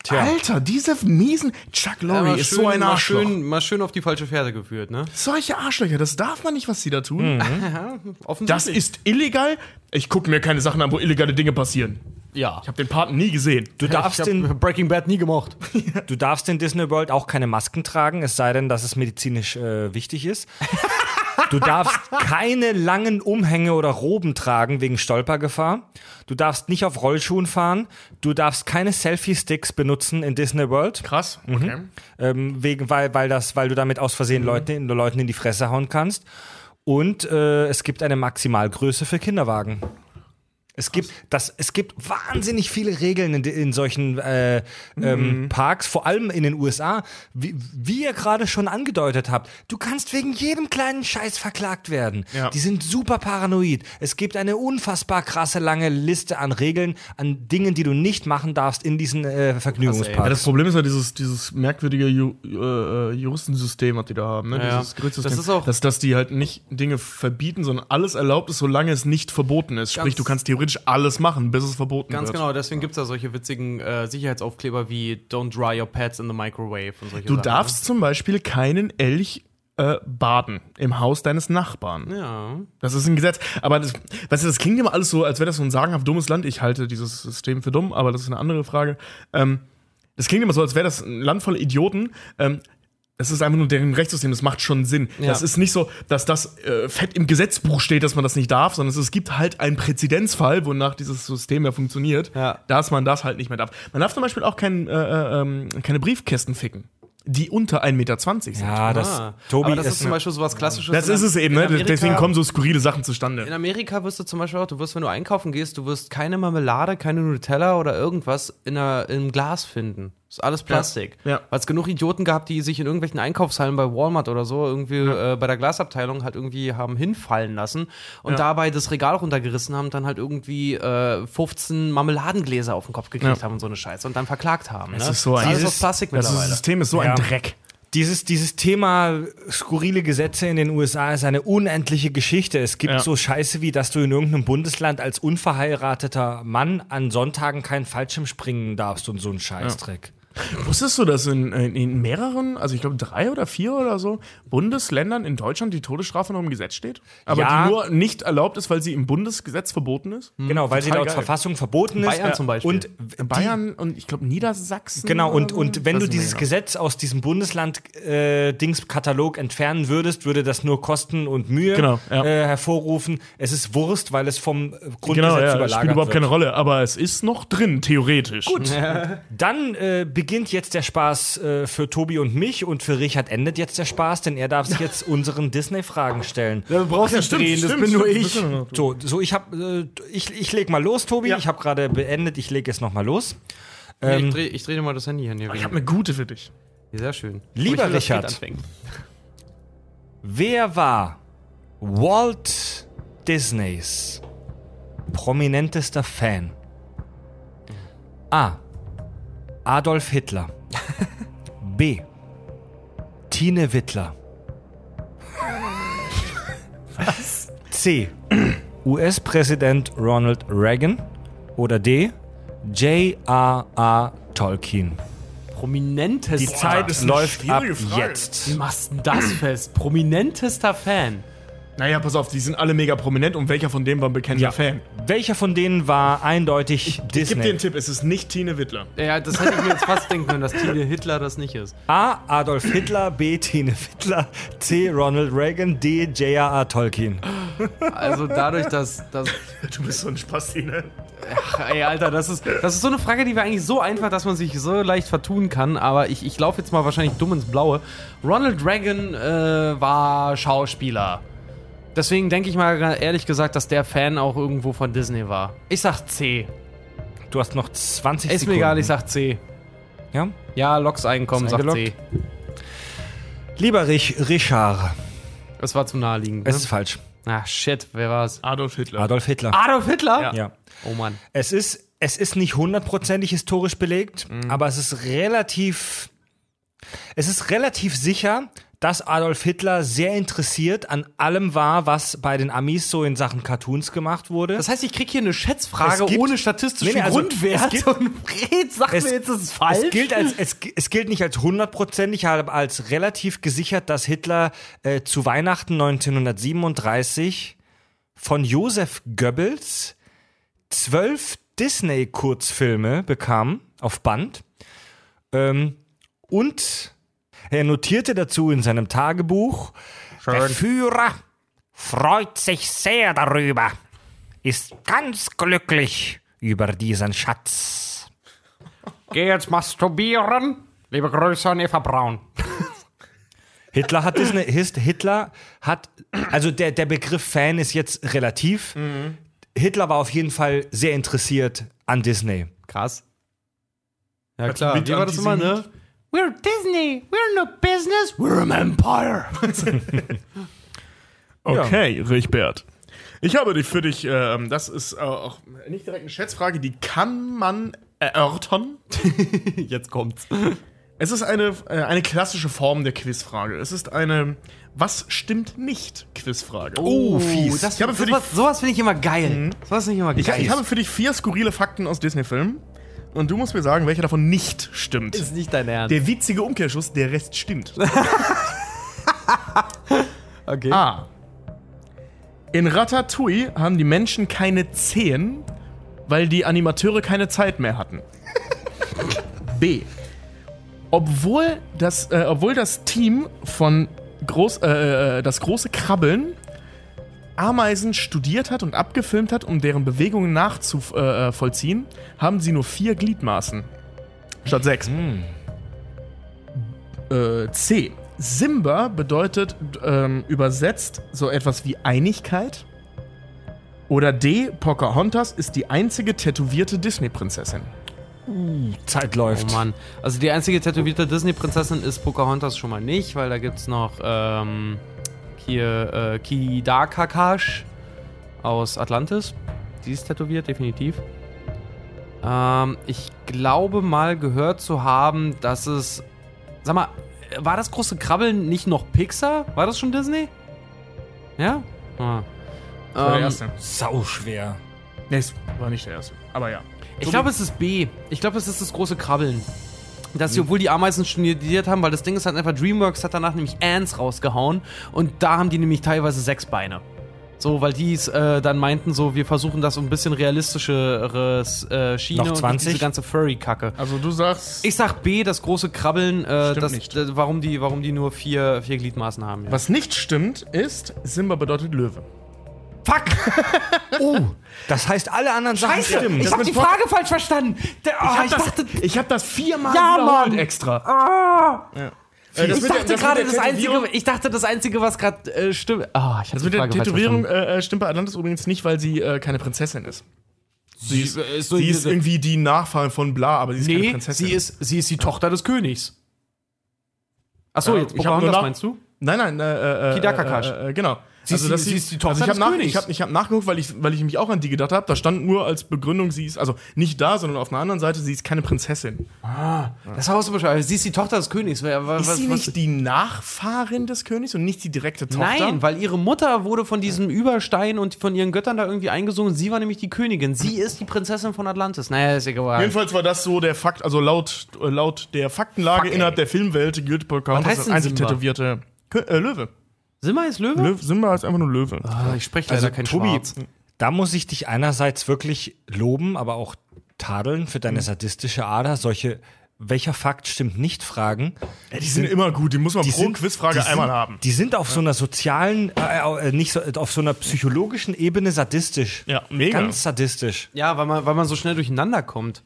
Alter, diese miesen. Chuck Lorre
mal
ist
schön-
so ein
mal
Arschloch.
schön, mal schön auf die falsche Pferde geführt, ne?
Solche Arschlöcher, das darf man nicht, was die da tun. Das
Offensichtlich.
ist illegal. Ich gucke mir keine Sachen an, wo illegale Dinge passieren.
ja.
Ich habe den Paten nie gesehen.
du, darfst in,
Breaking Bad nie gemocht.
du darfst in Disney World auch keine Masken tragen, es sei denn, dass es medizinisch äh, wichtig ist. Du darfst keine langen Umhänge oder Roben tragen wegen Stolpergefahr. Du darfst nicht auf Rollschuhen fahren. Du darfst keine Selfie-Sticks benutzen in Disney World,
Krass. Okay.
ähm, wegen, weil, weil, das, weil du damit aus Versehen
Mhm.
Leuten, Leuten in die Fresse hauen kannst. Und äh, es gibt eine Maximalgröße für Kinderwagen. Es gibt, das, es gibt wahnsinnig viele Regeln in, in solchen äh,
Mhm.
ähm, Parks, vor allem in den USA. Wie, wie ihr gerade schon angedeutet habt, du kannst wegen jedem kleinen Scheiß verklagt werden.
Ja.
Die sind super paranoid. Es gibt eine unfassbar krasse lange Liste an Regeln, an Dingen, die du nicht machen darfst in diesen äh,
Ja,
Vergnügungsparks.
das Problem ist ja dieses, dieses merkwürdige Ju äh, äh, Juristensystem, was die da haben. Ne?
Ja, ja.
Dieses Gerichtssystem.
Das ist auch-
dass, dass die halt nicht Dinge verbieten, sondern alles erlaubt ist, solange es nicht verboten ist. Sprich,
Ganz-
du kannst theoretisch alles machen, bis es verboten
Ganz
wird.
genau, deswegen gibt es da solche witzigen äh, Sicherheitsaufkleber wie Don't dry your pads in the microwave und solche
Du
Sachen. ne?
darfst zum Beispiel keinen Elch äh, baden im Haus deines Nachbarn.
Ja.
Das ist ein Gesetz. Aber das, weißt du, das klingt immer alles so, als wäre das so ein sagenhaft dummes Land. Ich halte dieses System für dumm, aber das ist eine andere Frage. Ähm, das klingt immer so, als wäre das ein Land voller Idioten. Ähm, es ist einfach nur deren Rechtssystem, das macht schon Sinn.
Ja.
Das ist nicht so, dass das äh, fett im Gesetzbuch steht, dass man das nicht darf, sondern es, es gibt halt einen Präzedenzfall, wonach dieses System ja funktioniert,
Ja.
dass man das halt nicht mehr darf. Man darf zum Beispiel auch kein, äh, ähm, keine Briefkästen ficken, die unter 1,20 Meter sind.
Ja, das,
Ah.
Tobi,
Aber das
ist
ist zum Beispiel sowas Klassisches.
Das
in
ist es eben, ne?
in Amerika-
deswegen kommen so skurrile Sachen zustande.
In Amerika wirst du zum Beispiel auch, du wirst, wenn du einkaufen gehst, du wirst keine Marmelade, keine Nutella oder irgendwas in einer, im Glas finden. Ist alles Plastik.
Ja.
Weil es genug Idioten gab, die sich in irgendwelchen Einkaufshallen bei Walmart oder so irgendwie äh, bei der Glasabteilung halt irgendwie haben hinfallen lassen und dabei das Regal runtergerissen haben, und dann halt irgendwie äh, 15 Marmeladengläser auf den Kopf gekriegt
Ja.
haben und so eine Scheiße und dann verklagt haben.
Das
ne?
ist so ein
alles
Dieses-
aus Plastik
Das
mittlerweile.
System ist so
Ja.
ein Dreck.
Dieses, dieses Thema skurrile Gesetze in den USA ist eine unendliche Geschichte. Es gibt
Ja.
so Scheiße wie, dass du in irgendeinem Bundesland als unverheirateter Mann an Sonntagen keinen Fallschirm springen darfst und so ein Scheißdreck.
Wusstest du, dass in, in, in mehreren, also ich glaube drei oder vier oder so, Bundesländern in Deutschland die Todesstrafe noch im Gesetz steht? Aber
Ja.
die nur nicht erlaubt ist, weil sie im Bundesgesetz verboten ist?
Genau, weil sie
Mhm. Total
laut
geil.
Verfassung verboten ist.
Bayern
äh,
zum Beispiel.
Und w-
Bayern und ich glaube Niedersachsen.
Die, genau,
oder
und,
so?
und wenn du
Das ist
dieses
mega.
Gesetz aus diesem Bundesland-Dings-Katalog entfernen würdest, würde das nur Kosten und Mühe
Genau, ja.
äh, hervorrufen. Es ist Wurst, weil es vom äh, Grundgesetz
Genau, ja,
überlagert
spielt überhaupt
wird.
keine Rolle, aber es ist noch drin, theoretisch. Hm. Gut.
Dann äh, beginnt jetzt der Spaß äh, für Tobi und mich und für Richard endet jetzt der Spaß, denn er darf sich jetzt unseren Disney-Fragen stellen.
Du brauchst nicht drehen, das bin nur ich.
So, so ich habe, äh, ich, ich leg mal los, Tobi. Ich habe gerade beendet, ich lege jetzt noch mal los.
ich drehe ich dreh dir mal das Handy an hier.
Ähm, Ich habe
wegen-
eine gute für dich.
Sehr schön.
Lieber
Aber ich will, dass
Richard.
Pete anfängt.
Wer war Walt Disneys prominentester Fan? A. Adolf Hitler. B. Tine Wittler. Was? C. US-Präsident Ronald Reagan. Oder D. J.R.R. Tolkien.
Prominentester.
Die Zeit
das ist eine
läuft ab
schwierige Frage.
Wie
jetzt.
machst du denn das fest? Prominentester Fan.
Naja, pass auf, die sind alle mega prominent und welcher von denen war ein bekannter Fan?
Welcher von denen war eindeutig
Ich gebe
Disney?
dir einen Tipp, es ist nicht Tine Wittler.
Ja, das hätte ich mir jetzt fast denken können, dass Tine Hitler das nicht ist.
A. Adolf Hitler, B. Tine Wittler, C. Ronald Reagan, D. J.R.R. Tolkien.
Also dadurch, dass, dass
Du bist so ein Spasti, ne?
Ey, Alter, das ist, das ist so eine Frage, die wäre eigentlich so einfach, dass man sich so leicht vertun kann. Aber ich, ich laufe jetzt mal wahrscheinlich dumm ins Blaue. Ronald Reagan äh, war Schauspieler. Deswegen denke ich mal ganz ehrlich gesagt, dass der Fan auch irgendwo von Disney war. Ich sag C.
Du hast noch 20
Ist mir
Sekunden.
egal, ich sag C.
Ja?
Ja, Loks Einkommen,
Ist
sagt C.
eingeloggt? Lieber Rich, Richard.
Das war zu naheliegend.
Es
Ne?
ist falsch.
Ach, shit, wer war's?
Adolf Hitler.
Adolf Hitler.
Adolf Hitler?
Ja.
Ja.
Oh Mann.
Es ist, es ist nicht hundertprozentig historisch belegt,
Mhm.
aber es ist relativ. Es ist relativ sicher, dass Adolf Hitler sehr interessiert an allem war, was bei den Amis so in Sachen Cartoons gemacht wurde.
Das heißt, ich krieg hier eine Schätzfrage
Es gibt-
ohne statistischen
Nee, nee, also,
Grundwert
es gibt-
und Fred sagt mir jetzt, das ist falsch.
Es gilt, als, es, es gilt nicht als hundertprozentig, aber als relativ gesichert, dass Hitler äh, zu Weihnachten 1937 von Josef Goebbels zwölf Disney-Kurzfilme bekam auf Band. Ähm, und er notierte dazu in seinem Tagebuch, der Führer freut sich sehr darüber, ist ganz glücklich über diesen Schatz.
Geh jetzt masturbieren. Liebe Grüße an Eva Braun.
Hitler hat Disney, Hist- Hitler hat, also der, der Begriff Fan ist jetzt relativ. Hitler war auf jeden Fall sehr interessiert an Disney.
Krass. Ja, klar.
mit
Wie war das immer, ne? We're Disney. We're no business. We're an empire.
Okay, Richbert. Ich habe dich für dich, ähm, das ist äh, auch nicht direkt eine Schätzfrage, die kann man erörtern.
Jetzt kommt's.
Es ist eine, äh, eine klassische Form der Quizfrage. Es ist eine Was stimmt nicht Quizfrage.
Oh, fies.
Das,
Ich habe für
sowas sowas finde ich immer geil. Sowas finde Mhm. ich immer
Ich,
geil.
ich habe für dich vier skurrile Fakten aus Disney-Filmen und du musst mir sagen, welcher davon nicht stimmt.
ist nicht dein Ernst.
der witzige Umkehrschluss, der Rest stimmt.
Okay.
A. Ah. In Ratatouille haben die Menschen keine Zehen, weil die Animateure keine Zeit mehr hatten. B. Obwohl das, äh, obwohl das Team von Groß, äh, äh, das große Krabbeln Ameisen studiert hat und abgefilmt hat, um deren Bewegungen nachzuvollziehen, äh, vollziehen, haben sie nur vier Gliedmaßen. Statt sechs. Äh, C. Simba bedeutet ähm, übersetzt so etwas wie Einigkeit. Oder D. Pocahontas ist die einzige tätowierte Disney-Prinzessin.
Zeit läuft.
Oh Mann. Also die einzige tätowierte Disney-Prinzessin ist Pocahontas schon mal nicht, weil da gibt's noch ähm, hier äh, Kidakakash aus Atlantis. Die ist tätowiert, definitiv. Ähm, ich glaube mal gehört zu haben, dass es. Sag mal, war das große Krabbeln nicht noch Pixar? War das schon Disney? Ja? Ah.
war der
Ähm,
erste.
Sau schwer.
Nee, es war nicht der erste. Aber ja.
ich glaube, es ist B. Ich glaube, es ist das große Krabbeln. dass sie,
Mhm.
obwohl die Ameisen studiert haben, weil das Ding ist halt einfach, DreamWorks hat danach nämlich Ants rausgehauen und da haben die nämlich teilweise sechs Beine. So, weil die es, äh, dann meinten, so, wir versuchen das so ein bisschen realistischeres äh, Schiene
Noch
und nicht
20?
diese ganze Furry-Kacke.
Also du sagst,
Ich sag B, das große Krabbeln, äh,
Stimmt
das,
nicht.
d- warum, die, warum die nur vier, vier Gliedmaßen haben. Ja.
was nicht stimmt, ist, Simba bedeutet Löwe.
Fuck!
Oh, das heißt, alle anderen Sachen stimmen.
ich
Das
hab
mit
die
Pod-
Frage falsch verstanden! Der, oh, ich,
das,
dachte,
ich hab das viermal
Ja,
wiederholt
Mann.
extra.
ah,
Äh, das
ich
mit der-
dachte
das mit
gerade
der
das
Tätowierung-
einzige, ich dachte das einzige, was gerade äh, stimmt. Ah, ich hatte die
Das Also mit der
Frage falsch
Tätowierung äh, äh, stimmt bei Atlantis übrigens nicht, weil sie äh, keine Prinzessin ist.
Sie ist, äh, ist, so
Sie ist irgendwie die Nachfahrin von Bla, aber sie ist keine
nee,
Prinzessin.
sie ist, sie ist die Tochter des Königs. Achso,
Äh,
jetzt
ich hab nur
Pocahontas
nach-
meinst du?
Nein, nein, äh, äh, äh,
Kidaka Kash.
Äh, äh, genau.
Sie ist die-
dass
sie ist die Tochter
also ich hab
des
nach,
Königs.
Ich habe ich hab nachgeguckt, weil ich, weil ich mich auch an die gedacht habe. Da stand nur als Begründung, sie ist, also nicht da, sondern auf einer anderen Seite, sie ist keine Prinzessin.
Das Haus Bescheid. Sie ist die Tochter des Königs. Wer- wa-
Ist
was-
sie
was-
nicht die Nachfahrin des Königs und nicht die direkte Tochter?
Nein, weil ihre Mutter wurde von diesem Überstein und von ihren Göttern da irgendwie eingesungen. Sie war nämlich die Königin. Sie ist die Prinzessin von Atlantis. Naja, ist egal.
Jedenfalls war das so der Fakt, also laut, äh, laut der Faktenlage
Fuck, ey.
innerhalb der Filmwelt gilt
heißt
Pocahontas als
denn
einzig
Simba?
tätowierte Kö äh, Löwe.
Simba ist Löwe?
Löw. Simba ist einfach nur Löwe.
Ah, ich spreche leider
Also,
kein
Tobi,
Schwarz.
da muss ich dich einerseits wirklich loben, aber auch tadeln für
Mhm.
deine sadistische Ader. Solche, welcher Fakt stimmt nicht, Fragen.
Ja, die sind immer gut, die muss man
Die
pro
sind-
Quizfrage
die
einmal
sind,
haben.
Die sind auf so einer sozialen, äh, äh, nicht so, auf so einer psychologischen Ebene sadistisch.
Ja, mega.
Ganz sadistisch.
Ja, weil man, weil man so schnell durcheinander kommt.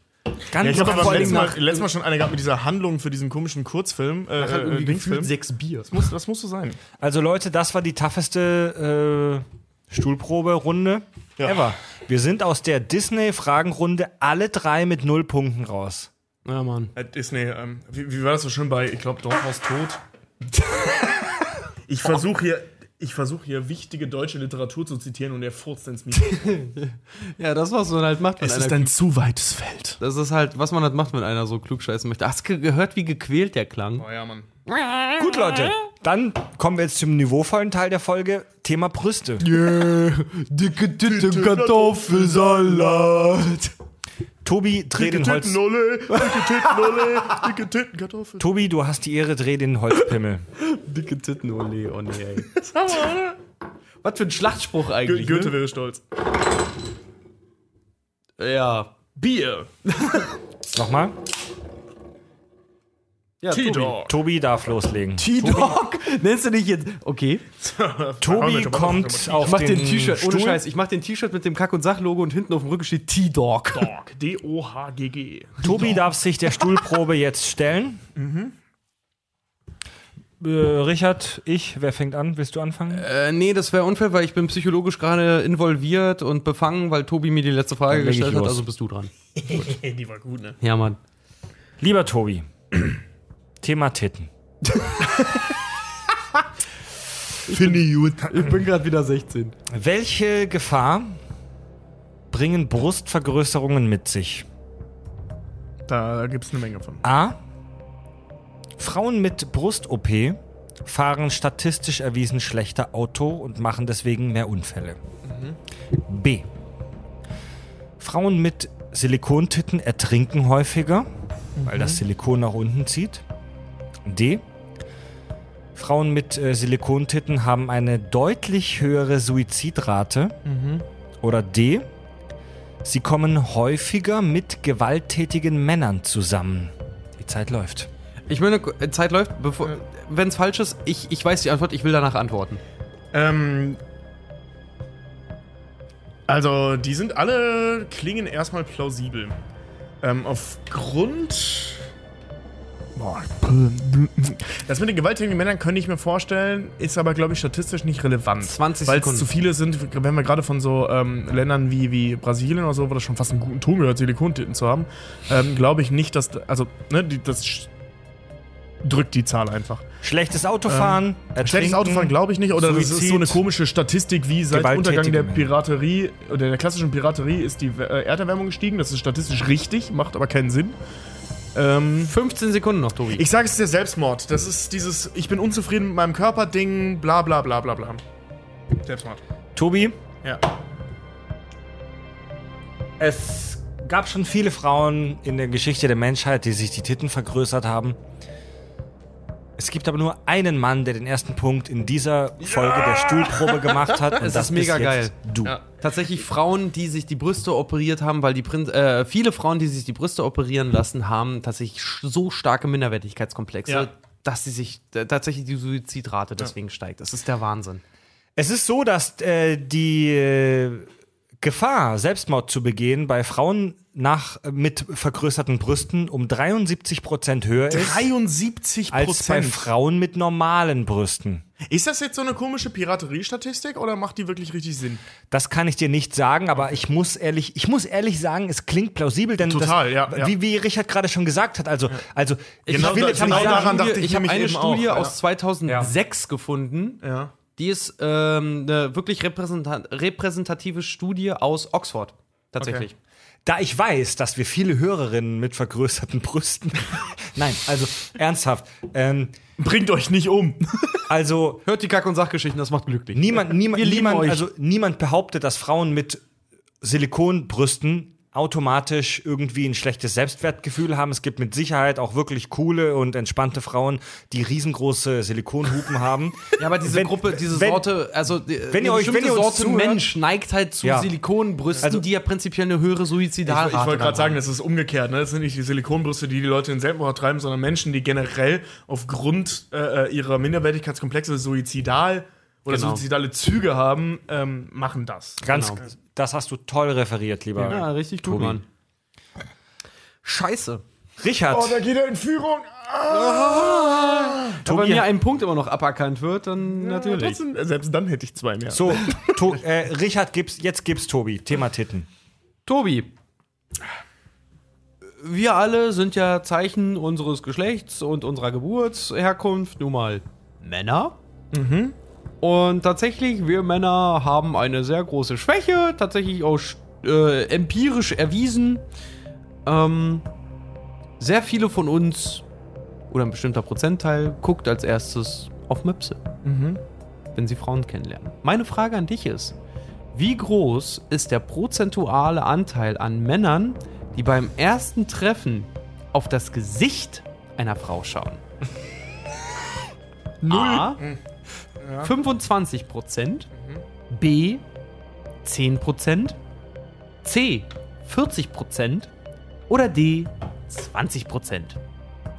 Ganz
Ja, ich habe
ganz
aber
vor
letztes
allem
Mal,
nach-
letztes Mal schon eine gehabt mit dieser Handlung für diesen komischen Kurzfilm. Äh,
hat irgendwie
äh,
gefühlt
Dingsfilm.
sechs Bier.
Das, muss, das musst du sein.
Also Leute, das war die tougheste äh, Stuhlproberunde
Ja.
ever. Wir sind aus der Disney-Fragenrunde alle drei mit null Punkten raus.
Ja, Mann.
Äh, Disney, ähm, wie, wie war das so schön bei, ich glaube, Dorfhaus tot? ich versuche hier, ich versuche hier wichtige deutsche Literatur zu zitieren und er furzt ins Mikro.
Ja, das, was man halt macht, wenn einer
zu weites Feld.
Das ist halt, was man halt macht, wenn einer so klugscheißen möchte. Hast du gehört, wie gequält der klang?
Oh ja, Mann.
Gut, Leute, dann kommen wir jetzt zum niveauvollen Teil der Folge. Thema Brüste.
Dicke Tüte
Kartoffelsalat.
Tobi, dreh
Dicke
den Holz.
Titten, Ole, dicke Titten, Ole, dicke Titten, oh, Kartoffeln.
Tobi, du hast die Ehre, dreh den Holzpimmel.
Dicke Titten, ole, oh nee, ey. Was für ein Schlachtspruch
Go-
eigentlich,
Goethe
ne?
wäre stolz.
Ja.
Bier.
Nochmal.
ja Tobi.
T-Dog.
Tobi darf loslegen.
T-Dog? Nennst du dich jetzt? Okay.
Tobi kommt
Ich
auf
mach
den,
den T-Shirt, ohne
Stuhl.
Scheiß, ich mach den T-Shirt mit dem Kack- und Sach-Logo und hinten auf dem Rücken steht T-Dog.
D-O-H-G-G.
Tobi darf sich der Stuhlprobe jetzt stellen. Mhm. Äh, Richard, ich, wer fängt an? Willst du anfangen?
Äh, nee, das wäre unfair, weil ich bin psychologisch gerade involviert und befangen, weil Tobi mir die letzte Frage
Dann leg ich
gestellt hat,
los.
also bist du dran.
Ey, die war gut, ne?
Ja, Mann.
Lieber Tobi, Thema Titten.
Finde ich gut.
Ich bin gerade wieder 16.
Welche Gefahr bringen Brustvergrößerungen mit sich?
Da gibt's eine Menge von.
A. Frauen mit Brust-OP fahren statistisch erwiesen schlechter Auto und machen deswegen mehr Unfälle. B. Frauen mit Silikontitten ertrinken häufiger, weil das Silikon nach unten zieht. D. Frauen mit äh, Silikontitten haben eine deutlich höhere Suizidrate. Oder D. Sie kommen häufiger mit gewalttätigen Männern zusammen. Die Zeit läuft.
Ich meine, äh, Zeit läuft, bevor. Wenn es falsch ist, ich, ich weiß die Antwort, ich will danach antworten.
Ähm. Also, die sind alle klingen erstmal plausibel. Ähm, aufgrund. Boah. Das mit den gewalttätigen Männern könnte ich mir vorstellen, ist aber, glaube ich, statistisch nicht relevant.
20
Weil es
Sekunden.
zu viele sind, wenn wir gerade von so ähm, Ländern wie, wie Brasilien oder so, wo das schon fast einen guten Ton gehört, Silikontitten zu haben, ähm, glaube ich nicht, dass. Also, ne, die, das sch- drückt die Zahl einfach.
Schlechtes Autofahren. ertrinken.
Ähm, Schlechtes Autofahren glaube ich nicht, oder das ist
Suizid.
so eine komische Statistik, wie seit
Gewalttätige
Untergang der
Männer.
Piraterie oder der klassischen Piraterie ist die äh, Erderwärmung gestiegen. Das ist statistisch richtig, macht aber keinen Sinn. Ähm,
15 Sekunden noch, Tobi.
ich sage es ist der Selbstmord. Das ist dieses Ich bin unzufrieden mit meinem Körper-Ding, bla bla bla bla bla. Selbstmord.
Tobi,
Ja.
es gab schon viele Frauen in der Geschichte der Menschheit, die sich die Titten vergrößert haben. Es gibt aber nur einen Mann, der den ersten Punkt in dieser Folge der Stuhlprobe gemacht hat. Und
Das,
das
ist mega
bist
geil.
jetzt Du.
Ja. Tatsächlich Frauen, die sich die Brüste operiert haben, weil die Prin äh, viele Frauen, die sich die Brüste operieren lassen, haben tatsächlich sch- so starke Minderwertigkeitskomplexe,
Ja.
dass sie sich äh, tatsächlich die Suizidrate deswegen steigt. Das ist der Wahnsinn.
Es ist so, dass äh, die äh, Gefahr, Selbstmord zu begehen, bei Frauen nach, äh, mit vergrößerten Brüsten um 73 Prozent höher ist
73
als bei Frauen mit normalen Brüsten.
Ist das jetzt so eine komische Piraterie-Statistik oder macht die wirklich richtig Sinn?
Das kann ich dir nicht sagen, aber ich muss ehrlich, ich muss ehrlich sagen, es klingt plausibel, denn
Total,
das,
ja, ja.
Wie, wie Richard gerade schon gesagt hat, also, also
Genau da-
jetzt
genau
nicht sagen,
daran dachte ich
ich habe
nämlich
eine
eben auch,
Studie
ja.
aus 2006 gefunden.
Ja.
Die ist ähm, eine wirklich repräsentat repräsentative Studie aus Oxford. Tatsächlich.
Da ich weiß, dass wir viele Hörerinnen mit vergrößerten Brüsten. Nein, also ernsthaft. Ähm,
Bringt euch nicht um.
also
Hört die Kack- und Sachgeschichten, das macht glücklich.
niemand, niemand,
Wir lieben
niemand,
euch.
also niemand behauptet, dass Frauen mit Silikonbrüsten automatisch irgendwie ein schlechtes Selbstwertgefühl haben. Es gibt mit Sicherheit auch wirklich coole und entspannte Frauen, die riesengroße Silikonhupen haben.
Ja, aber diese
Wenn-
Gruppe, diese
wenn-
Sorte, also die-
wenn ihr euch-
bestimmte
wenn ihr uns
Sorte
zuhört-
Mensch neigt halt zu
Ja.
Silikonbrüsten,
Also-
die ja prinzipiell eine höhere Suizidrate
Ich, ich wollte
dann haben.
gerade sagen, das ist umgekehrt. Ne? Das sind nicht die Silikonbrüste, die die Leute in Selbstmord treiben, sondern Menschen, die generell aufgrund äh, äh, ihrer Minderwertigkeitskomplexe suizidal oder
Genau.
suizidale Züge haben, ähm, machen das.
Ganz, das hast du toll referiert, lieber.
Ja, richtig gut,
Tobi.
Mann. Scheiße. Oh,
Richard,
Oh, geht er in Führung. Ah,
Wenn
Tobi,
mir ein Punkt immer noch aberkannt wird, dann natürlich.
Trotzdem, äh, selbst dann hätte ich zwei mehr.
so, to, äh, Richard, gib's, jetzt gib's Tobi. Thema Titten.
Tobi. Wir alle sind ja Zeichen unseres Geschlechts und unserer Geburtsherkunft, nun mal Männer. Und tatsächlich, wir Männer haben eine sehr große Schwäche, tatsächlich auch äh, empirisch erwiesen. Ähm, sehr viele von uns, oder ein bestimmter Prozentteil, guckt als erstes auf Möpse, wenn sie Frauen kennenlernen. Meine Frage an dich ist, wie groß ist der prozentuale Anteil an Männern, die beim ersten Treffen auf das Gesicht einer Frau schauen? A. 25 Prozent. B. 10 Prozent. C. 40 Prozent. Oder D. 20 Prozent.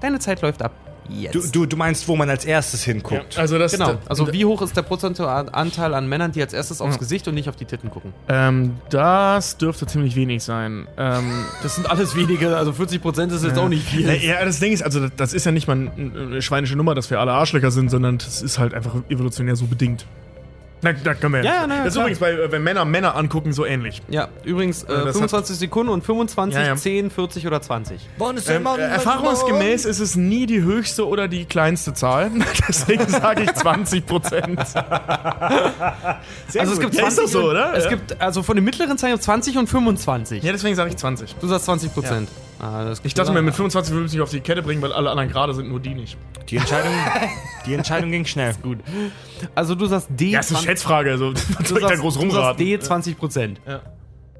Deine Zeit läuft ab. Jetzt.
Du, du, du meinst, wo man als erstes
Ja,
hinguckt.
also das
genau.
da-
Also wie hoch ist der prozentuale Anteil an Männern, die als erstes aufs Gesicht und nicht auf die Titten gucken?
Ähm, das dürfte ziemlich wenig sein. Ähm,
Das sind alles wenige, also 40 Prozent ist jetzt auch nicht
Na,
viel.
ja, das Ding ist, also das- das ist ja nicht mal ein- eine schweinische Nummer, dass wir alle Arschlöcher sind, sondern das ist halt einfach evolutionär so bedingt. Na, da können wir
Ja, ja, na, ja,
Das ist
klar.
übrigens bei, äh, wenn Männer Männer angucken, so ähnlich.
Ja, übrigens
Ja, das
äh,
hat-
25 Sekunden und 25,
Ja, ja.
10, 40 oder 20.
Ähm, äh, erfahrungsgemäß ist es nie die höchste oder die kleinste Zahl. Deswegen sage ich 20 Prozent.
Also es gibt 20
ja, ist das so,
und,
oder?
Es
ja.
gibt also von den mittleren Zahlen 20 und 25.
ja, deswegen sage ich 20.
Du sagst 20 Prozent. Ah, das
Ich dachte mir, mit 25 würde ich nicht auf die Kette bringen, weil alle anderen gerade sind, nur die nicht.
Die, Entscheidung, die Entscheidung ging schnell.
Gut.
also du sagst D.
Ja, ist eine
20
Schätzfrage, also was
du
soll ich da
sagst-
groß
du sagst
rumraten?
D 20 Prozent.
Ja.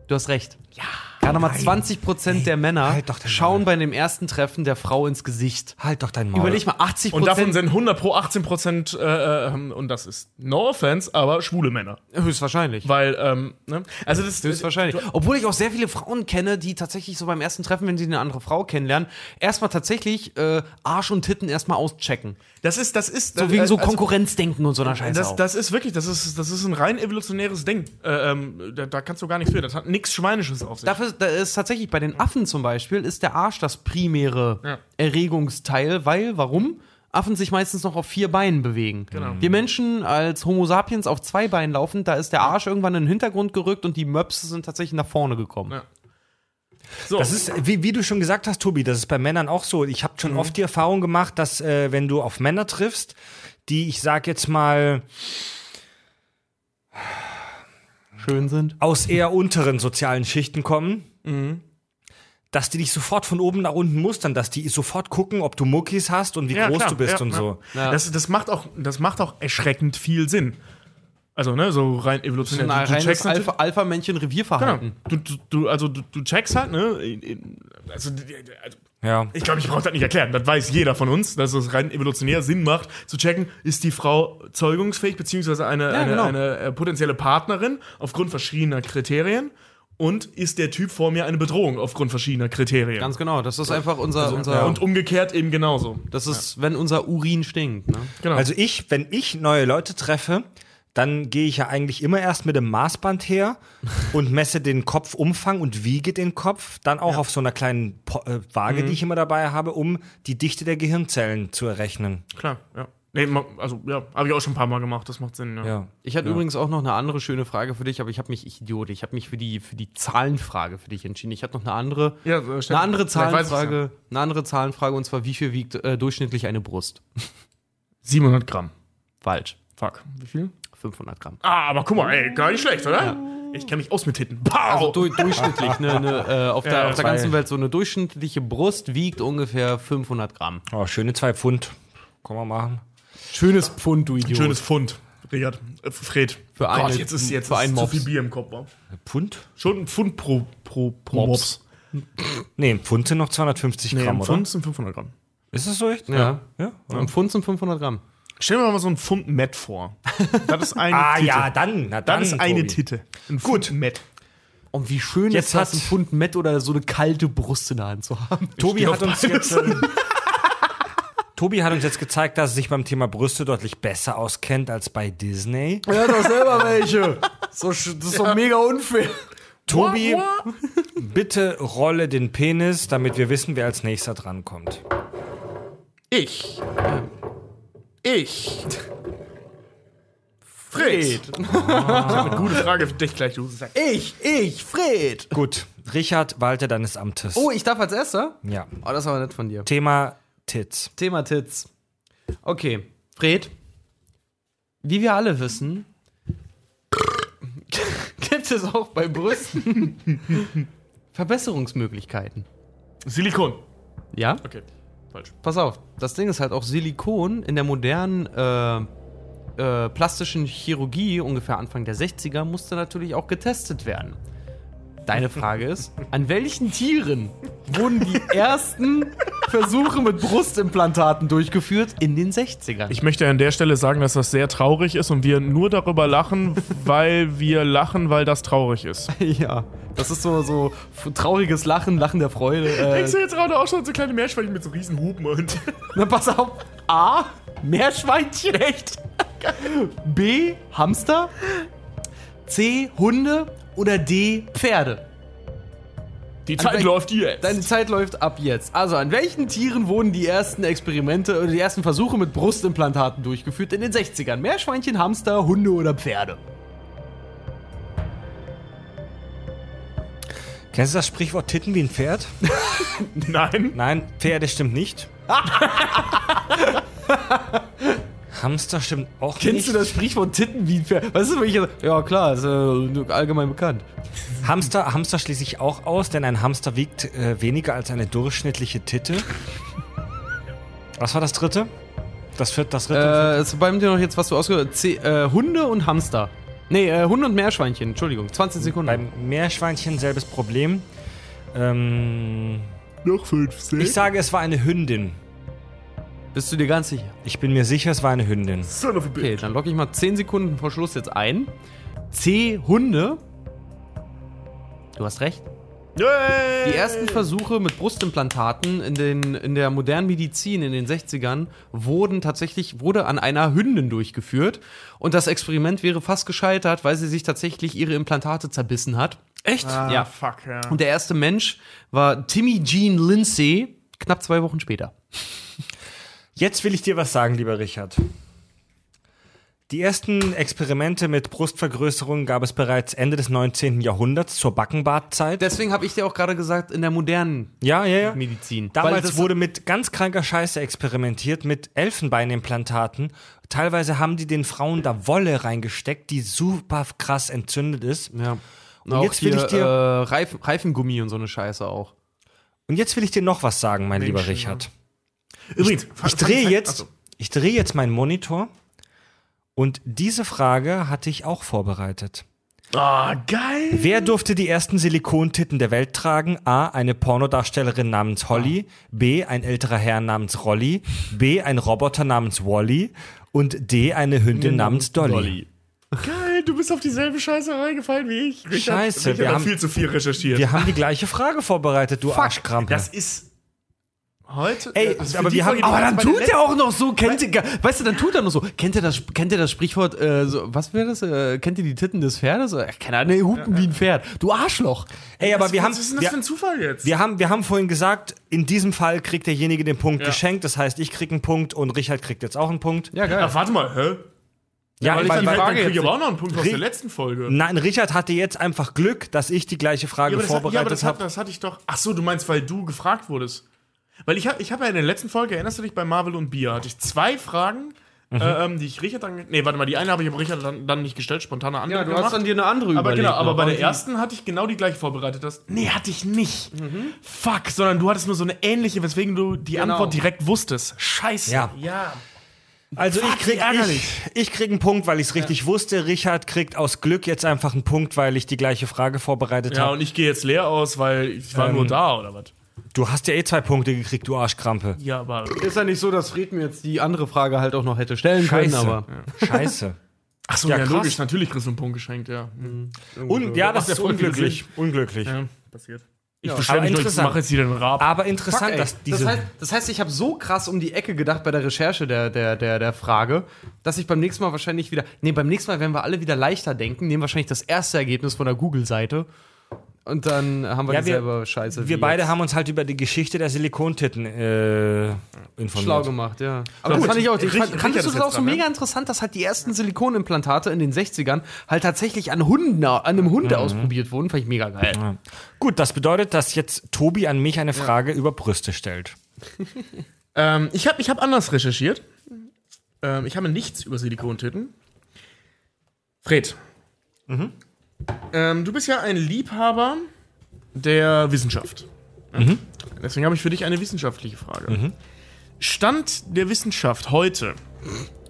Du hast recht. Ja. Gerade mal 20 Prozent der Männer
halt doch den
schauen bei dem ersten Treffen der Frau ins Gesicht.
Halt doch dein Maul.
Überleg mal, 80
Und davon
Prozent
sind 100 pro 18 Prozent, äh, ähm, und das ist no offense, aber schwule Männer.
höchstwahrscheinlich.
Weil, ähm, ne? Also das
Höchstwahrscheinlich. Obwohl ich auch sehr viele Frauen kenne, die tatsächlich so beim ersten Treffen, wenn sie eine andere Frau kennenlernen, erstmal tatsächlich äh, Arsch und Titten erstmal auschecken.
Das ist, das ist.
So wegen so
also-
Konkurrenzdenken und so einer Scheiße.
Das,
auch.
das ist wirklich, das ist, das ist ein rein evolutionäres Ding. Äh, ähm, da, da kannst du gar nichts für. Das hat nichts Schweinisches auf sich.
Dafür da ist tatsächlich bei den Affen zum Beispiel ist der Arsch das primäre
Ja.
Erregungsteil, weil warum? Affen sich meistens noch auf vier Beinen bewegen.
Genau.
Wir Menschen als Homo sapiens auf zwei Beinen laufen, da ist der Arsch irgendwann in den Hintergrund gerückt und die Möpse sind tatsächlich nach vorne gekommen.
Ja. so.
Das ist, wie, wie du schon gesagt hast, Tobi, das ist bei Männern auch so. Ich habe schon
Mhm.
oft die Erfahrung gemacht, dass äh, wenn du auf Männer triffst, die, ich sag jetzt mal,
Schön sind.
aus eher unteren sozialen Schichten kommen,
Mhm.
dass die dich sofort von oben nach unten mustern, dass die sofort gucken, ob du Muckis hast und wie
Ja,
groß
klar.
du bist
Ja,
und
ja.
so.
Ja.
Das, das, macht auch, das macht auch erschreckend viel Sinn. Also, ne, so rein evolutionär.
Ein reines
natürlich-
Alpha- Alpha-Männchen
Genau.
Revierverhalten.
Du, du, du, also du, du checkst halt, ne? in- in- Also, die- die- also
Ja.
ich glaube, ich brauche das nicht erklären. Das weiß jeder von uns, dass es rein evolutionär Sinn macht, zu checken, ist die Frau zeugungsfähig, beziehungsweise eine, eine,
genau.
eine äh, potenzielle Partnerin aufgrund verschiedener Kriterien. Und ist der Typ vor mir eine Bedrohung aufgrund verschiedener Kriterien?
Ganz genau. Das ist einfach unser. unser
ja. Und umgekehrt eben genauso.
das ist, wenn unser Urin stinkt. Ne?
Genau.
Also ich, wenn ich neue Leute treffe, dann gehe ich ja eigentlich immer erst mit dem Maßband her und messe den Kopfumfang und wiege den Kopf dann auch auf so einer kleinen Po- äh, Waage,
Mhm.
die ich immer dabei habe, um die Dichte der Gehirnzellen zu errechnen.
Klar, ja. Nee, ma- also ja, habe ich auch schon ein paar Mal gemacht, das macht Sinn. Ja.
Ja.
Ich hatte übrigens auch noch eine andere schöne Frage für dich, aber ich habe mich, ich Idiot, ich habe mich für die, für die Zahlenfrage für dich entschieden. Ich hatte noch eine andere,
Ja, äh, stell-
eine andere
Vielleicht weiß ich's ja.
Zahlenfrage, eine andere Zahlenfrage und zwar, wie viel wiegt äh, durchschnittlich eine Brust?
700 Gramm.
Falsch.
Fuck. Wie viel?
500 Gramm.
Ah, aber guck mal, ey, gar nicht schlecht, oder? Ich kenne mich aus mit Titten. Pow!
Also du, durchschnittlich, ne, ne, äh, auf, der,
Ja,
auf der ganzen Welt so eine durchschnittliche Brust wiegt ungefähr 500 Gramm.
Oh, schöne zwei Pfund. Können wir machen.
Schönes Pfund, du Idiot.
Schönes Fund, Richard. Äh, Fred.
Für eine-
jetzt ist jetzt
für einen
ist zu
Mops.
viel Bier im Kopf. wa?
Pfund?
Schon ein Pfund pro, pro, pro
Mops.
Mops.
Nee, ein Pfund sind noch 250
Nee,
Gramm,
ein
oder?
Pfund sind 500 Gramm.
Ist das so echt?
Ja.
ja.
Ein Pfund sind 500 Gramm.
Stell mir mal so ein Pfund Met vor. Das ist eine
Ah
Titte.
ja, dann. Na, dann
Das ist eine
Tobi.
Titte. Ein Pfund Gut. Met.
Und wie schön
Jetzt
ist das,
hat-
ein Pfund Met oder so eine kalte Brust in der Hand zu haben.
Tobi
stehe
hat
auf
uns jetzt. Äh, Tobi hat uns jetzt gezeigt, dass er sich beim Thema Brüste deutlich besser auskennt als bei Disney.
Er hat doch selber welche. So, das ist doch mega unfair.
Tobi, bitte rolle den Penis, damit wir wissen, wer als nächster drankommt.
Ich. Ich. Fred. Eine gute Frage für dich gleich, du Sack.
Ich, ich, Fred.
Gut, Richard, Walter deines Amtes.
Oh, ich darf als Erster?
Ja.
Oh, das ist aber nett von dir.
Thema Tits.
Thema Tits. Okay, Fred. Wie wir alle wissen, gibt es auch bei Brüsten Verbesserungsmöglichkeiten.
Silikon.
Ja?
Okay. Falsch.
Pass auf, das Ding ist halt auch Silikon in der modernen äh, äh, plastischen Chirurgie, ungefähr Anfang der 60er, musste natürlich auch getestet werden. Deine Frage ist, an welchen Tieren wurden die ersten Versuche mit Brustimplantaten durchgeführt in den 60ern?
Ich möchte an der Stelle sagen, dass das sehr traurig ist und wir nur darüber lachen, weil wir lachen, weil das traurig ist.
ja, das ist so, so f- trauriges Lachen, Lachen der Freude. Äh,
jetzt gerade auch schon so kleine Meerschweinchen mit so riesen Hupen und.
na, pass auf, A, Meerschweinchen. Echt? B. Hamster. C. Hunde. Oder D. Pferde.
Die Zeit
An-
läuft jetzt.
Deine Zeit läuft ab jetzt. Also, an welchen Tieren wurden die ersten Experimente oder die ersten Versuche mit Brustimplantaten durchgeführt in den 60ern? Meerschweinchen, Hamster, Hunde oder Pferde?
Kennst du das Sprichwort Titten wie ein Pferd?
Nein.
Nein, Pferde stimmt nicht. Hamster stimmt auch
Kennst du
nicht.
das Sprichwort Titten wie ein Pferd? Was ist das, wenn ich jetzt- Ja, klar, ist äh, allgemein bekannt.
Hamster, Hamster schließe ich auch aus, denn ein Hamster wiegt äh, weniger als eine durchschnittliche Titte. Was war das dritte? Das vierte, das dritte?
Äh, es bleiben dir noch jetzt, was du ausgehört hast. C- äh, Hunde und Hamster. Nee, äh, Hunde und Meerschweinchen. Entschuldigung, 20 Sekunden.
Beim Meerschweinchen selbes Problem. Ähm,
Noch fünf,
ich
sechs.
sage, es war eine Hündin.
Bist du dir ganz sicher?
Ich bin mir sicher, es war eine Hündin.
Son of a bitch.
Okay, dann logge ich mal 10 Sekunden vor Schluss jetzt ein. C. Hunde. Du hast recht. Die ersten Versuche mit Brustimplantaten in, den, in der modernen Medizin in den 60ern wurden tatsächlich wurde an einer Hündin durchgeführt. Und das Experiment wäre fast gescheitert, weil sie sich tatsächlich ihre Implantate zerbissen hat. Echt? Ah, ja.
Ah, fuck, ja.
Und der erste Mensch war Timmy Jean Lindsay, knapp zwei Wochen später.
Jetzt will ich dir was sagen, lieber Richard. Die ersten Experimente mit Brustvergrößerung gab es bereits Ende des 19. Jahrhunderts zur Backenbartzeit.
Deswegen habe ich dir auch gerade gesagt, in der modernen
ja, ja, ja.
Medizin. Weil
Damals
das-
wurde mit ganz kranker Scheiße experimentiert, mit Elfenbeinimplantaten. Teilweise haben die den Frauen da Wolle reingesteckt, die super krass entzündet ist.
Ja. Und
auch
jetzt will
hier,
ich dir. Äh, Reifen, Reifengummi und so eine Scheiße auch.
Und jetzt will ich dir noch was sagen, mein lieber Richard.
Übrigens,
Also, Ich drehe jetzt, ich drehe jetzt meinen Monitor Und diese Frage hatte ich auch vorbereitet.
Ah, geil.
Wer durfte die ersten Silikontitten der Welt tragen? A. Eine Pornodarstellerin namens Holly. B. Ein älterer Herr namens Rolly. B. Ein Roboter namens Wally. Und D. Eine Hündin namens Dolly.
Geil, du bist auf dieselbe Scheiße reingefallen wie ich. Richard,
Scheiße,
Richard
wir
hat
haben-
viel zu viel recherchiert.
Wir haben die gleiche Frage vorbereitet, du Arschkrampe.
Das ist heute.
Ey,
das ist
aber
für
wir
die
haben-
Folge, die
Aber
wir
dann
bei der
tut er auch noch so, kennt ihr, weißt du, dann tut er noch so. Kennt ihr das, kennt ihr das Sprichwort, äh, so, was wäre das? Äh, kennt ihr die Titten des Pferdes? Äh, keine Ahnung, nee, hupen wie ein Pferd. Du Arschloch.
Ey, aber
letzten-
wir haben,
Was ist denn das
wir,
für ein Zufall jetzt?
wir haben, wir haben vorhin gesagt, in diesem Fall kriegt derjenige den Punkt geschenkt. Das heißt, ich krieg einen Punkt und Richard kriegt jetzt auch einen Punkt.
Ja, geil.
Ach, warte mal, hä?
Ja,
Weil
weil, weil,
ich die
Frage
Frage
jetzt
kriege aber auch noch einen Punkt aus
Re-
der letzten Folge.
nein, Richard hatte jetzt einfach Glück, dass ich die gleiche Frage
Ja, aber, das, hat- ja, aber
vorbereitet
das, hat,
habe.
das hatte ich doch. Ach so, du meinst, weil du gefragt wurdest. Weil ich habe ich hab ja in der letzten Folge, erinnerst du dich, bei Marvel und Bier, hatte ich zwei Fragen,
Mhm.
äh, ähm, die ich Richard dann. Nee, warte mal, die eine habe ich aber Richard dann, dann nicht gestellt, spontane Antwort.
Ja, du
gemacht.
hast dann dir eine andere
aber
überlegt. ne?
genau, aber
noch.
bei der
Und-
ersten hatte ich genau die gleiche vorbereitet. Das, nee, hatte ich nicht. Fuck, sondern du hattest nur so eine ähnliche, weswegen du die
Genau.
Antwort direkt wusstest. Scheiße.
Ja.
ja.
Also ich
Fuck,
krieg,
wie ärgerlich.
ich, ich krieg einen Punkt, weil ich es richtig wusste. Richard kriegt aus Glück jetzt einfach einen Punkt, weil ich die gleiche Frage vorbereitet
Ja,
habe.
und ich gehe jetzt leer aus, weil ich
Ähm.
war nur da oder was?
Du hast ja eh zwei Punkte gekriegt, du Arschkrampe.
Ja, aber.
Ist ja nicht so, dass Fred mir jetzt die andere Frage halt auch noch hätte stellen
Scheiße.
können, aber.
Scheiße.
Ach so,
Ja,
ja,
krass.
logisch, natürlich kriegst du einen Punkt geschenkt, ja.
Un ja, das
Ach, der
ist
Punkt
unglücklich. Unglücklich.
Passiert. Ich
aber
beschwere mich nur, ich
interessant.
mache jetzt hier den Rab.
Aber interessant,
Fuck, ey.
dass diese.
das, heißt, das heißt, ich habe so krass um die Ecke gedacht bei der Recherche der, der, der, der Frage, dass ich beim nächsten Mal wahrscheinlich wieder. Nee, beim nächsten Mal werden wir alle wieder leichter denken, nehmen wahrscheinlich das erste Ergebnis von der Google-Seite. Und dann haben wir
Ja, wir-
dieselbe Scheiße.
wir beide haben uns halt über die Geschichte der Silikontitten äh, informiert.
Schlau gemacht, ja. Aber das
gut.
fand ich auch. Ich
Richtig-
fand,
richtig
fandest du
hat das
das auch
jetzt
so
dran,
mega interessant, dass halt die ersten Silikonimplantate in den 60ern halt tatsächlich an Hunden, an einem Hund ausprobiert wurden? Fand ich mega geil.
Gut, das bedeutet, dass jetzt Tobi an mich eine Frage über Brüste stellt.
Ähm, ich habe ich hab anders recherchiert. Ähm, ich habe nichts über Silikontitten. Fred. Ähm, du bist ja ein Liebhaber der Wissenschaft. Deswegen habe ich für dich eine wissenschaftliche Frage. Stand der Wissenschaft heute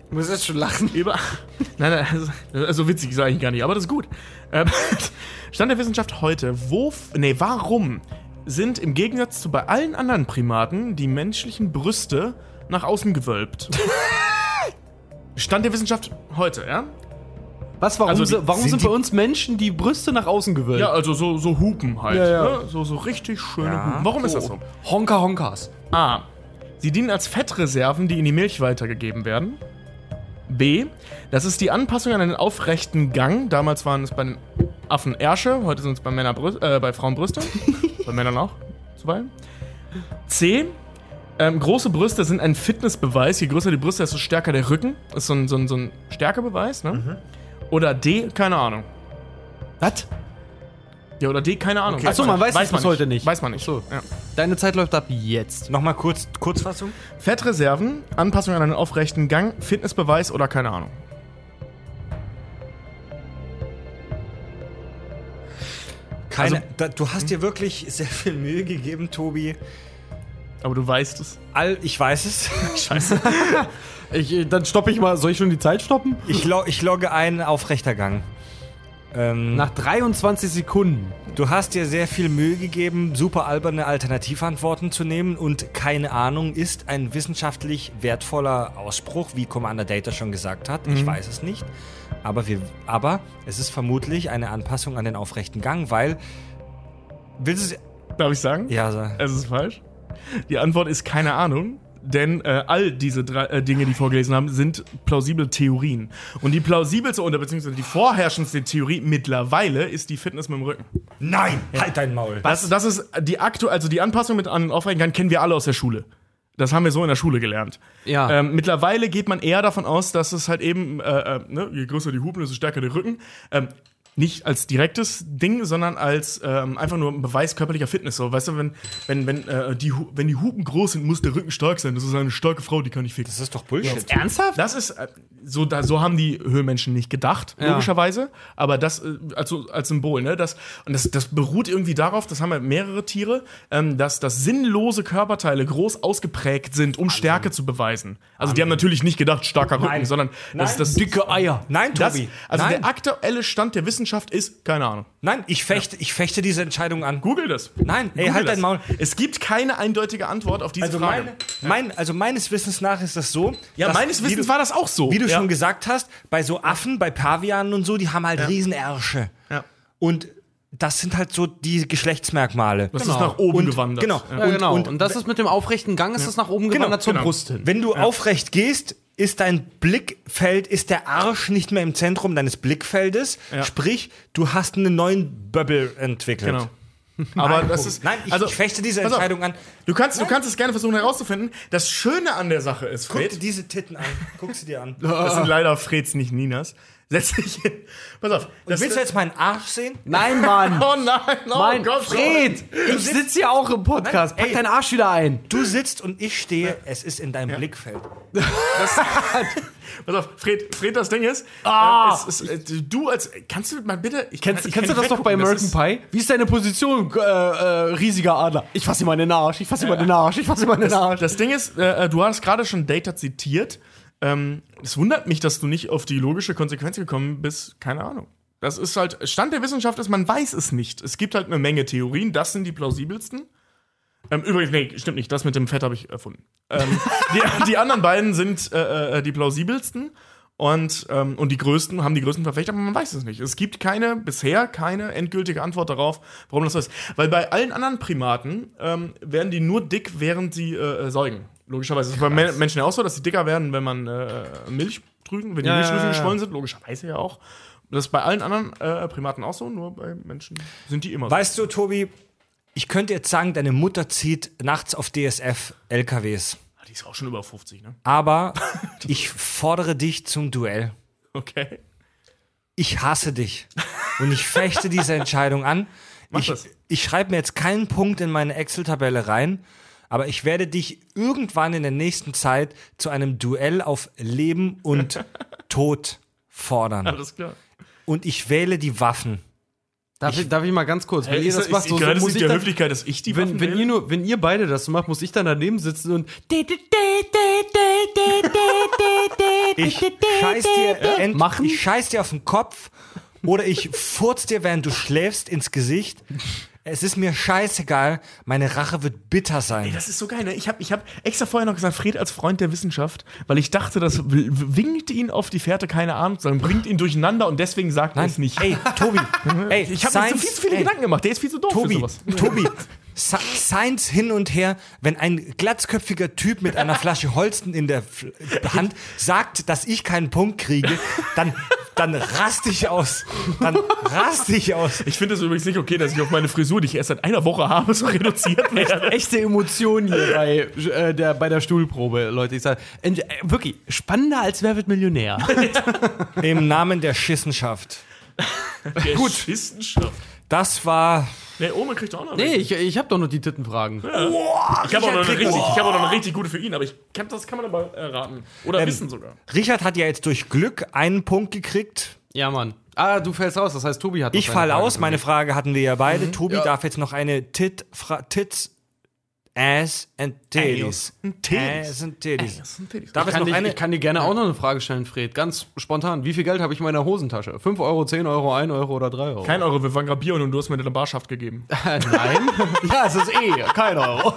Du musst jetzt schon lachen.
über. Nein, nein, also, also witzig ist eigentlich gar nicht, aber das ist gut. Ähm, Stand der Wissenschaft heute, wo. f- Nee, warum sind im Gegensatz zu bei allen anderen Primaten die menschlichen Brüste nach außen gewölbt? Stand der Wissenschaft heute, ja?
Was, warum,
Also die-
si- warum
sind
sind, bei
die-
uns Menschen die Brüste nach außen gewölbt?
Ja, also so, so Hupen halt.
Äh. Ja, ja.
Ne? So, so richtig schöne Hupen. Warum ist das so?
Honka Honkas.
A. Sie dienen als Fettreserven, die in die Milch weitergegeben werden. B. Das ist die Anpassung an einen aufrechten Gang. Damals waren es bei den Affen Ärsche, heute sind es bei, Männer Brüst, äh, bei Frauen Brüste. bei Männern auch, zuweilen. C. Ähm, große Brüste sind ein Fitnessbeweis. Je größer die Brüste, desto stärker der Rücken. Ist so ein, so ein, so ein Stärkebeweis, ne?
Mhm.
Oder D, keine Ahnung.
Was?
Ja, oder D, keine Ahnung.
Ach so, man weiß es bis heute nicht.
Weiß man nicht.
Ach so.
ja.
Deine Zeit läuft ab jetzt.
Nochmal kurz, Kurzfassung.
Fettreserven, Anpassung an einen aufrechten Gang, Fitnessbeweis oder keine Ahnung.
Keine,
Also-
da, du
Hm?
hast dir wirklich sehr viel Mühe gegeben, Tobi.
Aber du weißt es.
All, ich weiß es.
Scheiße.
dann stoppe ich mal. Soll ich schon die Zeit stoppen?
Ich, lo, ich logge ein auf rechter Gang. Ähm,
Nach 23 Sekunden.
du hast dir sehr viel Mühe gegeben, super alberne Alternativantworten zu nehmen und keine Ahnung ist ein wissenschaftlich wertvoller Ausspruch, wie Commander Data schon gesagt hat.
Mhm.
Ich weiß es nicht. Aber, wir, aber es ist vermutlich eine Anpassung an den aufrechten Gang, weil. Willst du es.
Darf ich sagen?
Ja, sag.
Es ist falsch. Die Antwort ist keine Ahnung. Denn äh, all diese drei äh, Dinge, die vorgelesen haben, sind plausible Theorien. Und die plausibelste oder beziehungsweise die vorherrschendste Theorie mittlerweile ist die Fitness mit dem Rücken.
Nein! Halt dein Maul!
Das, das ist die aktu also die Anpassung mit an aufrechten Gang kennen wir alle aus der Schule. Das haben wir so in der Schule gelernt.
Ja.
Ähm, mittlerweile geht man eher davon aus, dass es halt eben, äh, äh, ne, je größer die Hupen, desto stärker der Rücken. Ähm, nicht als direktes Ding, sondern als ähm, einfach nur ein Beweis körperlicher Fitness. So, weißt du, wenn, wenn, wenn, äh, die, Hu- wenn die Hupen groß sind, muss der Rücken stark sein. Das ist eine starke Frau, die kann ich ficken.
Das ist doch Bullshit.
Ernsthaft?
Das ist, äh, so, da, so haben die Höhlenmenschen nicht gedacht,
Ja.
logischerweise. Aber das äh, also als Symbol, ne? Das, und das, das beruht irgendwie darauf, das haben ja mehrere Tiere, ähm, dass, dass sinnlose Körperteile groß ausgeprägt sind, um Stärke zu beweisen. Also die haben natürlich nicht gedacht, starker Rücken,
Nein.
sondern das,
Nein.
das dicke Eier.
Nein,
Das,
Tobi.
also
Nein.
der aktuelle Stand der Wissenschaft ist, keine Ahnung.
Nein, ich fechte, ich fechte diese Entscheidung an.
Google das.
Nein, ey,
Google
halt
das.
dein Maul.
Es gibt keine eindeutige Antwort auf diese
Also,
Frage.
meine, mein, also meines Wissens nach ist das so.
ja,
dass-
meines
wie
Wissens
du,
war das auch so.
Wie du
Oh, ja.
schon gesagt hast, bei so Affen, bei Pavianen und so, die haben halt Riesenersche.
Ja.
Und das sind halt so die Geschlechtsmerkmale.
Das ist nach oben
Und-
gewandert.
genau.
Ja.
Ja,
und-
genau.
und-
Und, das ist mit dem aufrechten Gang, ist das nach oben gewandert zur
genau.
Brust hin.
Wenn du aufrecht gehst, ist dein Blickfeld, ist der Arsch nicht mehr im Zentrum deines Blickfeldes.
Ja.
Sprich, du hast einen neuen Böbbel entwickelt.
Genau. Aber
Nein,
das
Tobi.
ist. also,
Nein, ich, ich fechte diese
Pass auf.
Entscheidung an.
Du kannst, du kannst es gerne versuchen herauszufinden. Das Schöne an der Sache ist,
Guck dir
Fred,
diese Titten an. Guck sie dir an.
das sind leider Freds, nicht Ninas. Setz dich hin. Pass auf. Das
Willst du jetzt meinen Arsch sehen?
Nein, Mann!
Oh nein, oh
Mann,
Gott.
Fred! Ich sitze ja auch im Podcast.
Nein,
Pack
ey.
deinen Arsch wieder ein.
Du sitzt und ich stehe, es ist in deinem Blickfeld.
Pass auf, Fred, Fred, das Ding ist,
Ah.
äh, es ist äh, du als. Kannst du mal bitte. Ich
Kennst,
ich
kennst du
kann
das
nicht
doch bei
weggucken,
American
das
Pie? Wie ist deine Position, äh, äh, riesiger Adler? Ich fasse ihm mal den Arsch, ich fasse ihm mal den Arsch, ich fasse ihm mal den Arsch.
ist- Das Ding ist, äh, äh, du hast gerade schon Data zitiert. Ähm, Es wundert mich, dass du nicht auf die logische Konsequenz gekommen bist. Keine Ahnung. Das ist halt. Stand der Wissenschaft ist, man weiß es nicht. Es gibt halt eine Menge Theorien. Das sind die plausibelsten. Ähm, übrigens, nee, stimmt nicht. Das mit dem Fett habe ich erfunden. Ähm, die, die anderen beiden sind äh, äh, die plausibelsten und, ähm, und die größten, haben die größten Verfechter, aber man weiß es nicht. Es gibt keine, bisher keine endgültige Antwort darauf, warum das so ist. Weil bei allen anderen Primaten ähm, werden die nur dick, während sie äh, äh, säugen. Logischerweise. Das ist bei Men- Menschen ja auch so, dass sie dicker werden, wenn man äh, Milch drüben, wenn die
Ja,
Milchdrüsen
ja, ja.
geschwollen sind, logischerweise ja auch. Das ist bei allen anderen äh, Primaten auch so, nur bei Menschen sind die immer so.
Weißt du, Tobi, ich könnte jetzt sagen, deine Mutter zieht nachts auf DSF LKWs.
Ah, Die ist auch schon über 50, ne?
Aber ich fordere dich zum Duell.
Okay.
Ich hasse dich. Und ich fechte diese Entscheidung an.
Mach
ich,
das.
ich schreibe mir jetzt keinen Punkt in meine Excel-Tabelle rein, aber ich werde dich irgendwann in der nächsten Zeit zu einem Duell auf Leben und Tod fordern.
Alles klar.
Und ich wähle die Waffen.
Darf ich, darf ich mal ganz kurz? Wenn
Ey,
ihr
Äh, ist,
das
ist,
macht, so, so
das
muss
nicht
ich
der
dann,
Höflichkeit, dass ich die
wenn, wenn, ihr nur, wenn ihr beide das so macht, muss ich dann daneben sitzen und.
Ich scheiß
äh,
dir, äh, ent-
Machen?
ich scheiß dir auf den Kopf oder ich furz dir, während du schläfst, ins Gesicht. Es ist mir scheißegal, meine Rache wird bitter sein.
das ist so geil, ne? Ich habe ich hab extra vorher noch gesagt, Fred als Freund der Wissenschaft, weil ich dachte, das w- winkt ihn auf die Fährte, keine Ahnung, sondern bringt ihn durcheinander und deswegen sagt er es nicht.
Ey, Tobi, ey,
ich habe mir so
Science-
viel zu viele
ey,
Gedanken gemacht, der ist viel zu doof für
Tobi,
sowas.
Tobi, Sa- Science hin und her, wenn ein glatzköpfiger Typ mit einer Flasche Holsten in der F Hand sagt, dass ich keinen Punkt kriege, dann, dann raste ich aus. Dann raste ich aus.
Ich finde es übrigens nicht okay, dass ich auf meine Frisur, die ich erst seit einer Woche habe, so reduziert werde.
Echte Emotionen hier bei, äh, der, bei der Stuhlprobe, Leute. Ich sag, ent- äh, wirklich, spannender als Wer wird Millionär.
Im Namen der Schissenschaft.
Gut. Wissenschaft.
Das war
Nee, Ome kriegt auch noch
nee,
welche.
ich, ich habe doch nur die Tittenfragen.
Ich habe auch, noch eine richtig- ich hab auch noch eine richtig gute für ihn, aber ich, kann- das kann man aber erraten. Oder wissen sogar.
Ähm, Richard hat ja jetzt durch Glück einen Punkt gekriegt.
Ja, Mann. Ah, du fällst aus, das heißt, Tobi hat. noch
Ich
seine
fall
Frage
aus.
für
Meine
mich.
Frage hatten wir ja beide. Tobi darf jetzt noch eine Tit, Fra Tits, Ass and Titties. Ass and Titties. Darf
Ich
jetzt
kann,
noch
dir,
eine?
ich kann dir gerne auch noch eine Frage stellen, Fred. Ganz spontan. Wie viel Geld habe ich in meiner Hosentasche? 5 Euro, 10 Euro, 1 Euro oder 3 Euro?
Kein Euro, wir waren gerade Bier und du hast mir deine Barschaft gegeben.
Nein. ja, es ist eh kein Euro.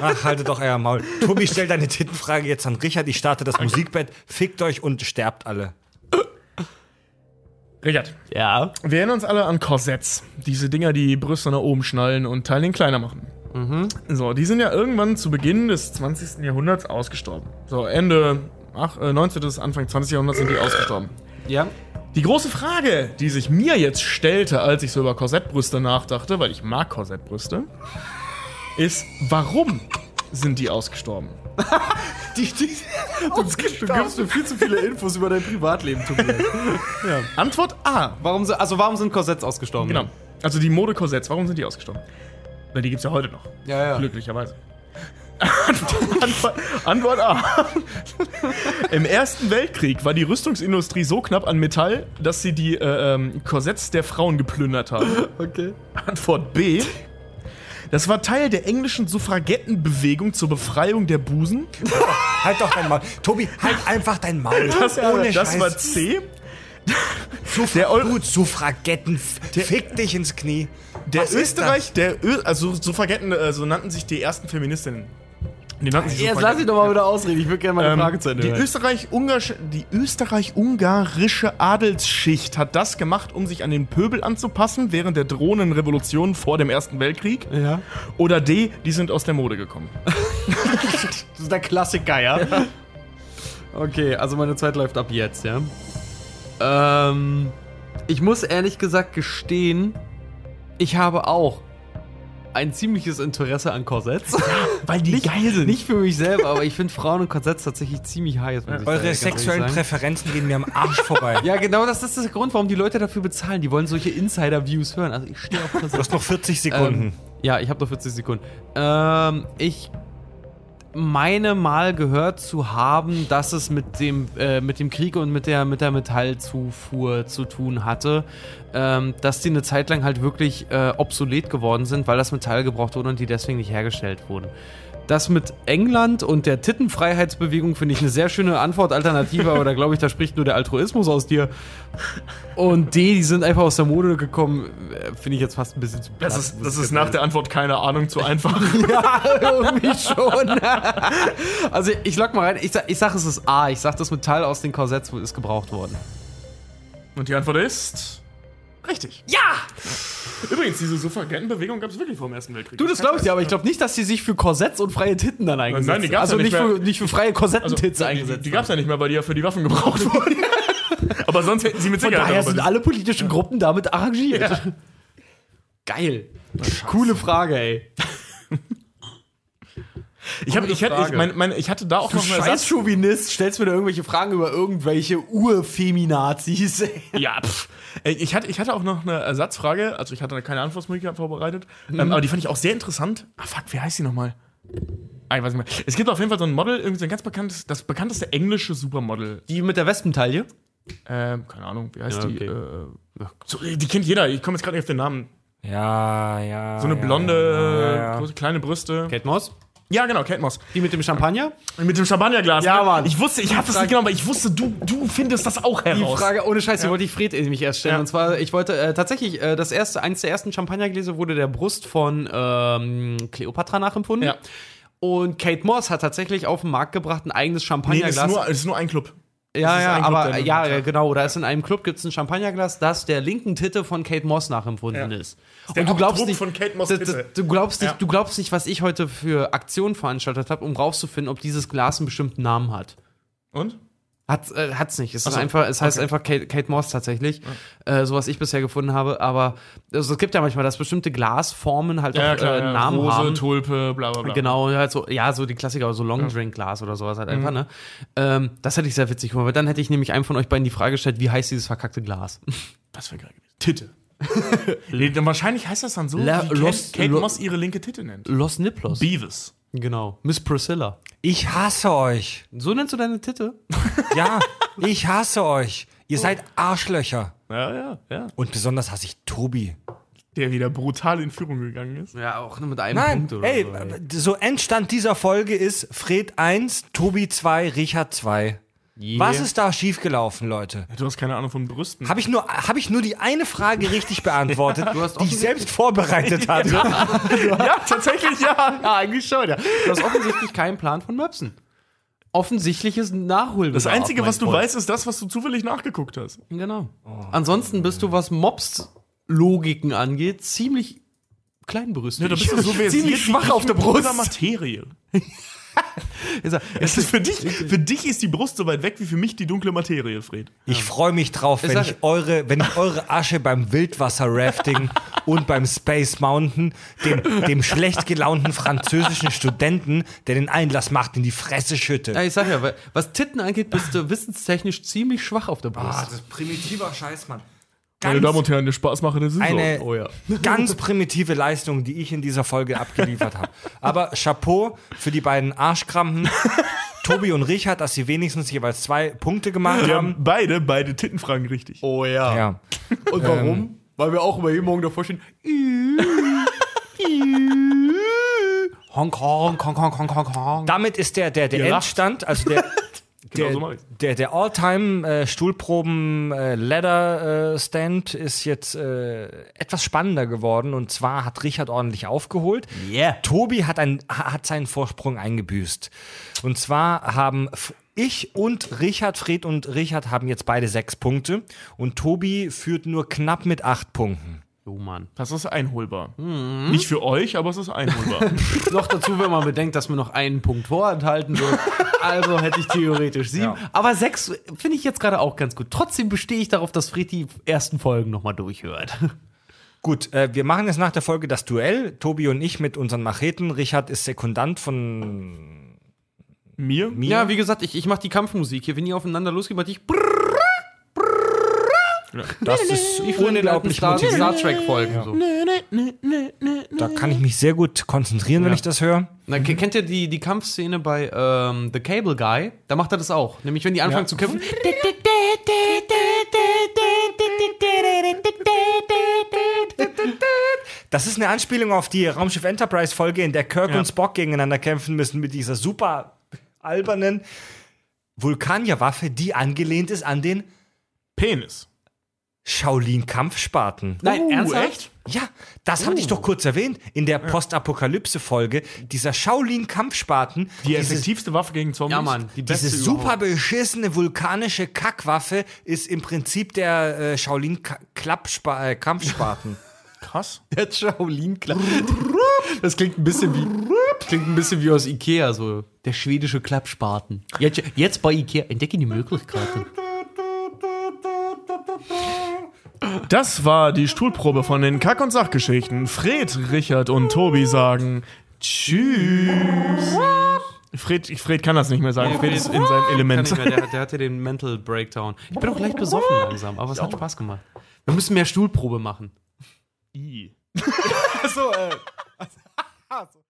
Ach, haltet doch euer Maul. Tobi, stell deine Tittenfrage jetzt an Richard. Ich starte das Musikbett. Fickt euch und sterbt alle.
Richard,
Ja.
wir erinnern uns alle an Korsetts. Diese Dinger, die die Brüste nach oben schnallen und Teilen kleiner machen.
Mhm.
So, die sind ja irgendwann zu Beginn des 20. Jahrhunderts ausgestorben. So, Ende ach, äh, 19. bis Anfang 20. Jahrhunderts sind die ausgestorben.
Ja.
Die große Frage, die sich mir jetzt stellte, als ich so über Korsettbrüste nachdachte, weil ich mag Korsettbrüste, ist, warum sind die ausgestorben.
Die, die, du, du gibst mir viel zu viele Infos über dein Privatleben, Tobias.
Antwort A.
Warum, so- also warum sind Korsetts ausgestorben?
Genau. Also die Mode-Korsetts, warum sind die ausgestorben? Weil die gibt's ja heute noch.
Ja, ja.
Glücklicherweise. Antwort, Antwort A. Im Ersten Weltkrieg war die Rüstungsindustrie so knapp an Metall, dass sie die äh, ähm, Korsetts der Frauen geplündert haben.
Okay.
Antwort B. Das war Teil der englischen Suffragettenbewegung zur Befreiung der Busen.
Halt doch dein Maul. Tobi, halt einfach dein Maul.
Das,
Ohne
das
Scheiß.
war C.
der Gut, Suffragetten, f- fick dich ins Knie.
Der
Was ist
Österreich, der Ö also Suffragetten, äh, so nannten sich die ersten Feministinnen. Die nannten sich
Jetzt lass
Suffragetten.
ihn doch mal wieder ausreden. Ich will gerne meine
Ähm,
Frage zu Ende
die,
hören.
Österreich-Ungarische, die österreich-ungarische Adelsschicht hat das gemacht, um sich an den Pöbel anzupassen während der drohenden Revolution vor dem Ersten Weltkrieg.
Ja.
Oder D, die sind aus der Mode gekommen.
Das ist der Klassiker, ja?
Okay, also meine Zeit läuft ab jetzt, ja. Ähm, ich muss ehrlich gesagt gestehen, ich habe auch ein ziemliches Interesse an Korsetts.
Weil die nicht, geil sind.
Nicht für mich selber, aber ich finde Frauen und Korsetts tatsächlich ziemlich heiß. muss ich sagen,
Eure
ganz ehrlich
sexuellen
sagen.
Präferenzen gehen mir am Arsch vorbei.
Ja, genau, das, das ist der Grund, warum die Leute dafür bezahlen. Die wollen solche Insider-Views hören. Also ich stehe auf
Du
Korsetts.
hast noch 40
Ähm,
Sekunden.
ja, ich habe noch 40 Sekunden. Ähm, ich meine mal gehört zu haben, dass es mit dem, äh, mit dem Krieg und mit der, mit der Metallzufuhr zu tun hatte, ähm, dass die eine Zeit lang halt wirklich äh, obsolet geworden sind, weil das Metall gebraucht wurde und die deswegen nicht hergestellt wurden. Das mit England und der Tittenfreiheitsbewegung finde ich eine sehr schöne Antwortalternative, aber da glaube ich, da spricht nur der Altruismus aus dir. Und D, die sind einfach aus der Mode gekommen, äh, finde ich jetzt fast ein bisschen zu
Das
platt,
ist,
muss
das
ich
ist
ganz
nach der Antwort keine Ahnung zu einfach.
ja, irgendwie schon. also ich log mal rein. Ich sag, ich sag, es ist A. Ich sag, das Metall aus den Korsetts ist gebraucht worden.
Und die Antwort ist. Richtig. Ja! Übrigens, diese Suffragettenbewegung gab es wirklich vor dem Ersten Weltkrieg.
Du, das glaube ich dir, aber ich glaube nicht, dass die sich für Korsetts und freie Titten dann eingesetzt
Nein, die gab's
Also
ja
nicht,
nicht
für,
mehr.
nicht für freie Korsettentits
Also, die, die,
eingesetzt.
die gab es ja nicht mehr, weil die ja für die Waffen gebraucht wurden. aber sonst hätten sie mit
Von
Sicherheit
daher
darüber
sind alle politischen Gruppen damit arrangiert. Geil. Coole Frage, ey.
Ich, hab, ich, hätte, ich,
Frage.
mein, mein, ich hatte da auch noch mal
Scheiß Chauvinist, stellst mir da irgendwelche Fragen über irgendwelche Urfeminazis, ey.
Ja, pff. Ey, Ich hatte, ich hatte auch noch eine Ersatzfrage, also ich hatte keine Antwortmöglichkeit vorbereitet,
Mhm.
ähm, aber die fand ich auch sehr interessant. Ah, fuck, wie heißt die nochmal? Ah, ich weiß nicht mehr. Es gibt auf jeden Fall so ein Model, irgendwie so ein ganz bekanntes, das bekannteste englische Supermodel.
Die mit der Wespentaille?
Ähm, keine Ahnung, wie heißt
Ja,
die?
okay.
Äh, so, die kennt jeder, ich komme jetzt gerade nicht auf den Namen.
Ähm, Ja, ja.
Ah,
So eine
ja,
blonde,
ja.
Große, kleine Brüste.
Kate Moss?
Ja, genau, Kate Moss.
Die mit dem Champagner?
Mit dem Champagnerglas.
Ja,
ne?
Mann.
Ich wusste, ich habe das
Frage-
nicht genau, aber ich wusste, du, du findest das auch
Die
heraus.
Frage, ohne Scheiß, die wollte ich Fred nämlich erst stellen.
Ja.
Und zwar, ich wollte äh, tatsächlich, äh, das erste, eins der ersten Champagnergläser wurde der Brust von ähm, Cleopatra nachempfunden.
Ja.
Und Kate Moss hat tatsächlich auf den Markt gebracht ein eigenes
Nee, das ist
Champagnerglas.
nur, das ist nur ein Club.
ja,
das ist
ja,
ein Club,
aber
der nur
ja,
gemacht
ja,
hat.
genau. Da ist in einem Club gibt es ein Champagnerglas, das der linken Titte von Kate Moss nachempfunden
Ja.
ist.
der
Und du glaubst
Abdruck
nicht,
von Kate Moss
d- d-
Titte.
du glaubst nicht,
Ja.
du glaubst nicht, was ich heute für Aktionen veranstaltet habe, um rauszufinden, ob dieses Glas einen bestimmten Namen hat.
Und?
Hat, äh, hat's nicht. Es, ist
so,
einfach, es heißt einfach Kate, Kate Moss tatsächlich. Äh, so was ich bisher gefunden habe. Aber also, es gibt ja manchmal, dass bestimmte Glasformen halt auch äh, Namen
Rose,
haben.
Tulpe, bla bla bla.
Genau, halt so, ja, so die Klassiker, so Long Drink Glas oder sowas halt
Mhm.
einfach, ne? Ähm, das hätte ich sehr witzig gemacht, weil dann hätte ich nämlich einem von euch beiden die Frage gestellt, wie heißt dieses verkackte Glas?
Was für ein Gerät? Titte. Nee, dann wahrscheinlich heißt das dann so,
La-
wie
Los-
Kate, Kate
Lo-
Moss ihre linke Titte nennt.
Los Niplos.
Beavis.
genau. Miss Priscilla.
Ich hasse euch.
So nennst du deine Titte?
Ja, ich hasse euch. Ihr seid Arschlöcher.
Ja, ja, ja.
Und besonders hasse ich Tobi.
Der wieder brutal in Führung gegangen ist.
Ja, auch nur mit einem
Nein,
Punkt oder
ey,
so. ey. äh,
so Endstand dieser Folge ist Fred 1, Tobi 2, Richard 2. Was ist da schiefgelaufen, Leute?
Du hast keine Ahnung von Brüsten.
Habe ich, nur, hab ich nur die eine Frage richtig beantwortet,
hast
die ich selbst vorbereitet hatte?
ja, tatsächlich, ja.
Ja, eigentlich schon, ja. Du hast offensichtlich keinen Plan von Möpsen. Offensichtliches Nachholen.
Das Einzige, was du weißt, ist das, was du zufällig nachgeguckt hast.
Genau.
Oh,
Ansonsten bist du, was Mobs-Logiken angeht, ziemlich kleinbrüstig.
Ja, da bist du so versiert
ziemlich
wie
schwach
ich
auf der
mit dieser
Brust.
Materie.
Ist er,
Es ist für, dich, für dich ist die Brust so weit weg wie für mich die dunkle Materie, Fred.
Ich freue mich drauf, wenn
sag-
ich, eure, wenn ich eure Asche beim Wildwasser-Rafting und beim Space Mountain dem, dem schlecht gelaunten französischen Studenten, der den Einlass macht, in die Fresse
ja,
schütte.
ich sag ja, weil- was Titten angeht, bist du wissenstechnisch ziemlich schwach auf der
Ah,
Brust.
das ist primitiver Scheiß, Mann.
Meine Damen
Ganz,
und Herren, der Spaß mache, das ist
Eine-
so. Oh ja.
ganz primitive Leistung, die ich in dieser Folge abgeliefert habe. Aber Chapeau für die beiden Arschkrampen, Tobi und Richard, dass sie wenigstens jeweils zwei Punkte gemacht
Wir
haben.
haben beide, beide Tittenfragen richtig.
Oh ja.
Ja.
Und warum? Weil wir auch immer jeden Morgen davor stehen.
Honk, honk, honk, honk, honk, honk, honk.
Damit ist der, der, der
Ihr lacht.
Endstand, also der,
Genau
der,
so mach ich's.
der, äh, der äh, All-Time-Stuhlproben-Ladder-Stand äh, ist jetzt äh, etwas spannender geworden. Und zwar hat Richard ordentlich aufgeholt.
Yeah.
Tobi hat, ein, ha- hat seinen Vorsprung eingebüßt. Und zwar haben F- ich und Richard, Fred und Richard haben jetzt beide sechs Punkte. Und Tobi führt nur knapp mit acht Punkten.
Oh Mann.
Das ist einholbar. Nicht für euch, aber es ist einholbar.
Noch dazu, wenn man bedenkt, dass mir noch einen Punkt vorenthalten wird. Also hätte ich theoretisch sieben. Aber sechs finde ich jetzt gerade auch ganz gut. Trotzdem bestehe ich darauf, dass Fred die ersten Folgen nochmal durchhört.
Gut, äh, wir machen jetzt nach der Folge das Duell. Tobi und ich mit unseren Macheten. Richard ist Sekundant von
Mir?
mir.
Ja, wie gesagt, ich, ich mache die Kampfmusik hier. Wenn ihr aufeinander losgeht, mach ich.
Das ist unglaublich
Star,
motivierend.
Star Trek Folgen. So.
Da kann ich mich sehr gut konzentrieren, wenn ich das höre.
Na, ke- kennt ihr die, die Kampfszene bei ähm, The Cable Guy? Da macht er das auch. Nämlich, wenn die anfangen zu kämpfen.
Das ist eine Anspielung auf die Raumschiff Enterprise Folge, in der Kirk und Spock gegeneinander kämpfen müssen mit dieser super albernen Vulkanierwaffe, die angelehnt ist an den
Penis.
Shaolin Kampfspaten.
Nein,
Uh,
ernsthaft?
echt?
Ja, das hatte ich doch kurz erwähnt in der Postapokalypse Folge, dieser Shaolin Kampfspaten,
Die
dieses
effektivste Waffe gegen Zombies?
Ja, Mann. Die beste
Diese super beschissene vulkanische Kackwaffe ist im Prinzip der äh, Shaolin Ka- Klappspa äh, Kampfspaten.
Krass.
Der Shaolin Club. Das klingt ein bisschen wie klingt ein bisschen wie aus Ikea so der schwedische Klappspaten. Jetzt, jetzt bei Ikea entdecken die Möglichkeiten.
Das war die Stuhlprobe von den Kack- und Sachgeschichten. Fred, Richard und Tobi sagen Tschüss. Fred, Fred kann das nicht mehr sagen. Fred ist in seinem Element.
der, der hatte den Mental Breakdown. Ich bin auch leicht besoffen langsam, aber es hat Spaß gemacht. Wir müssen mehr Stuhlprobe machen.
I.
Achso, äh.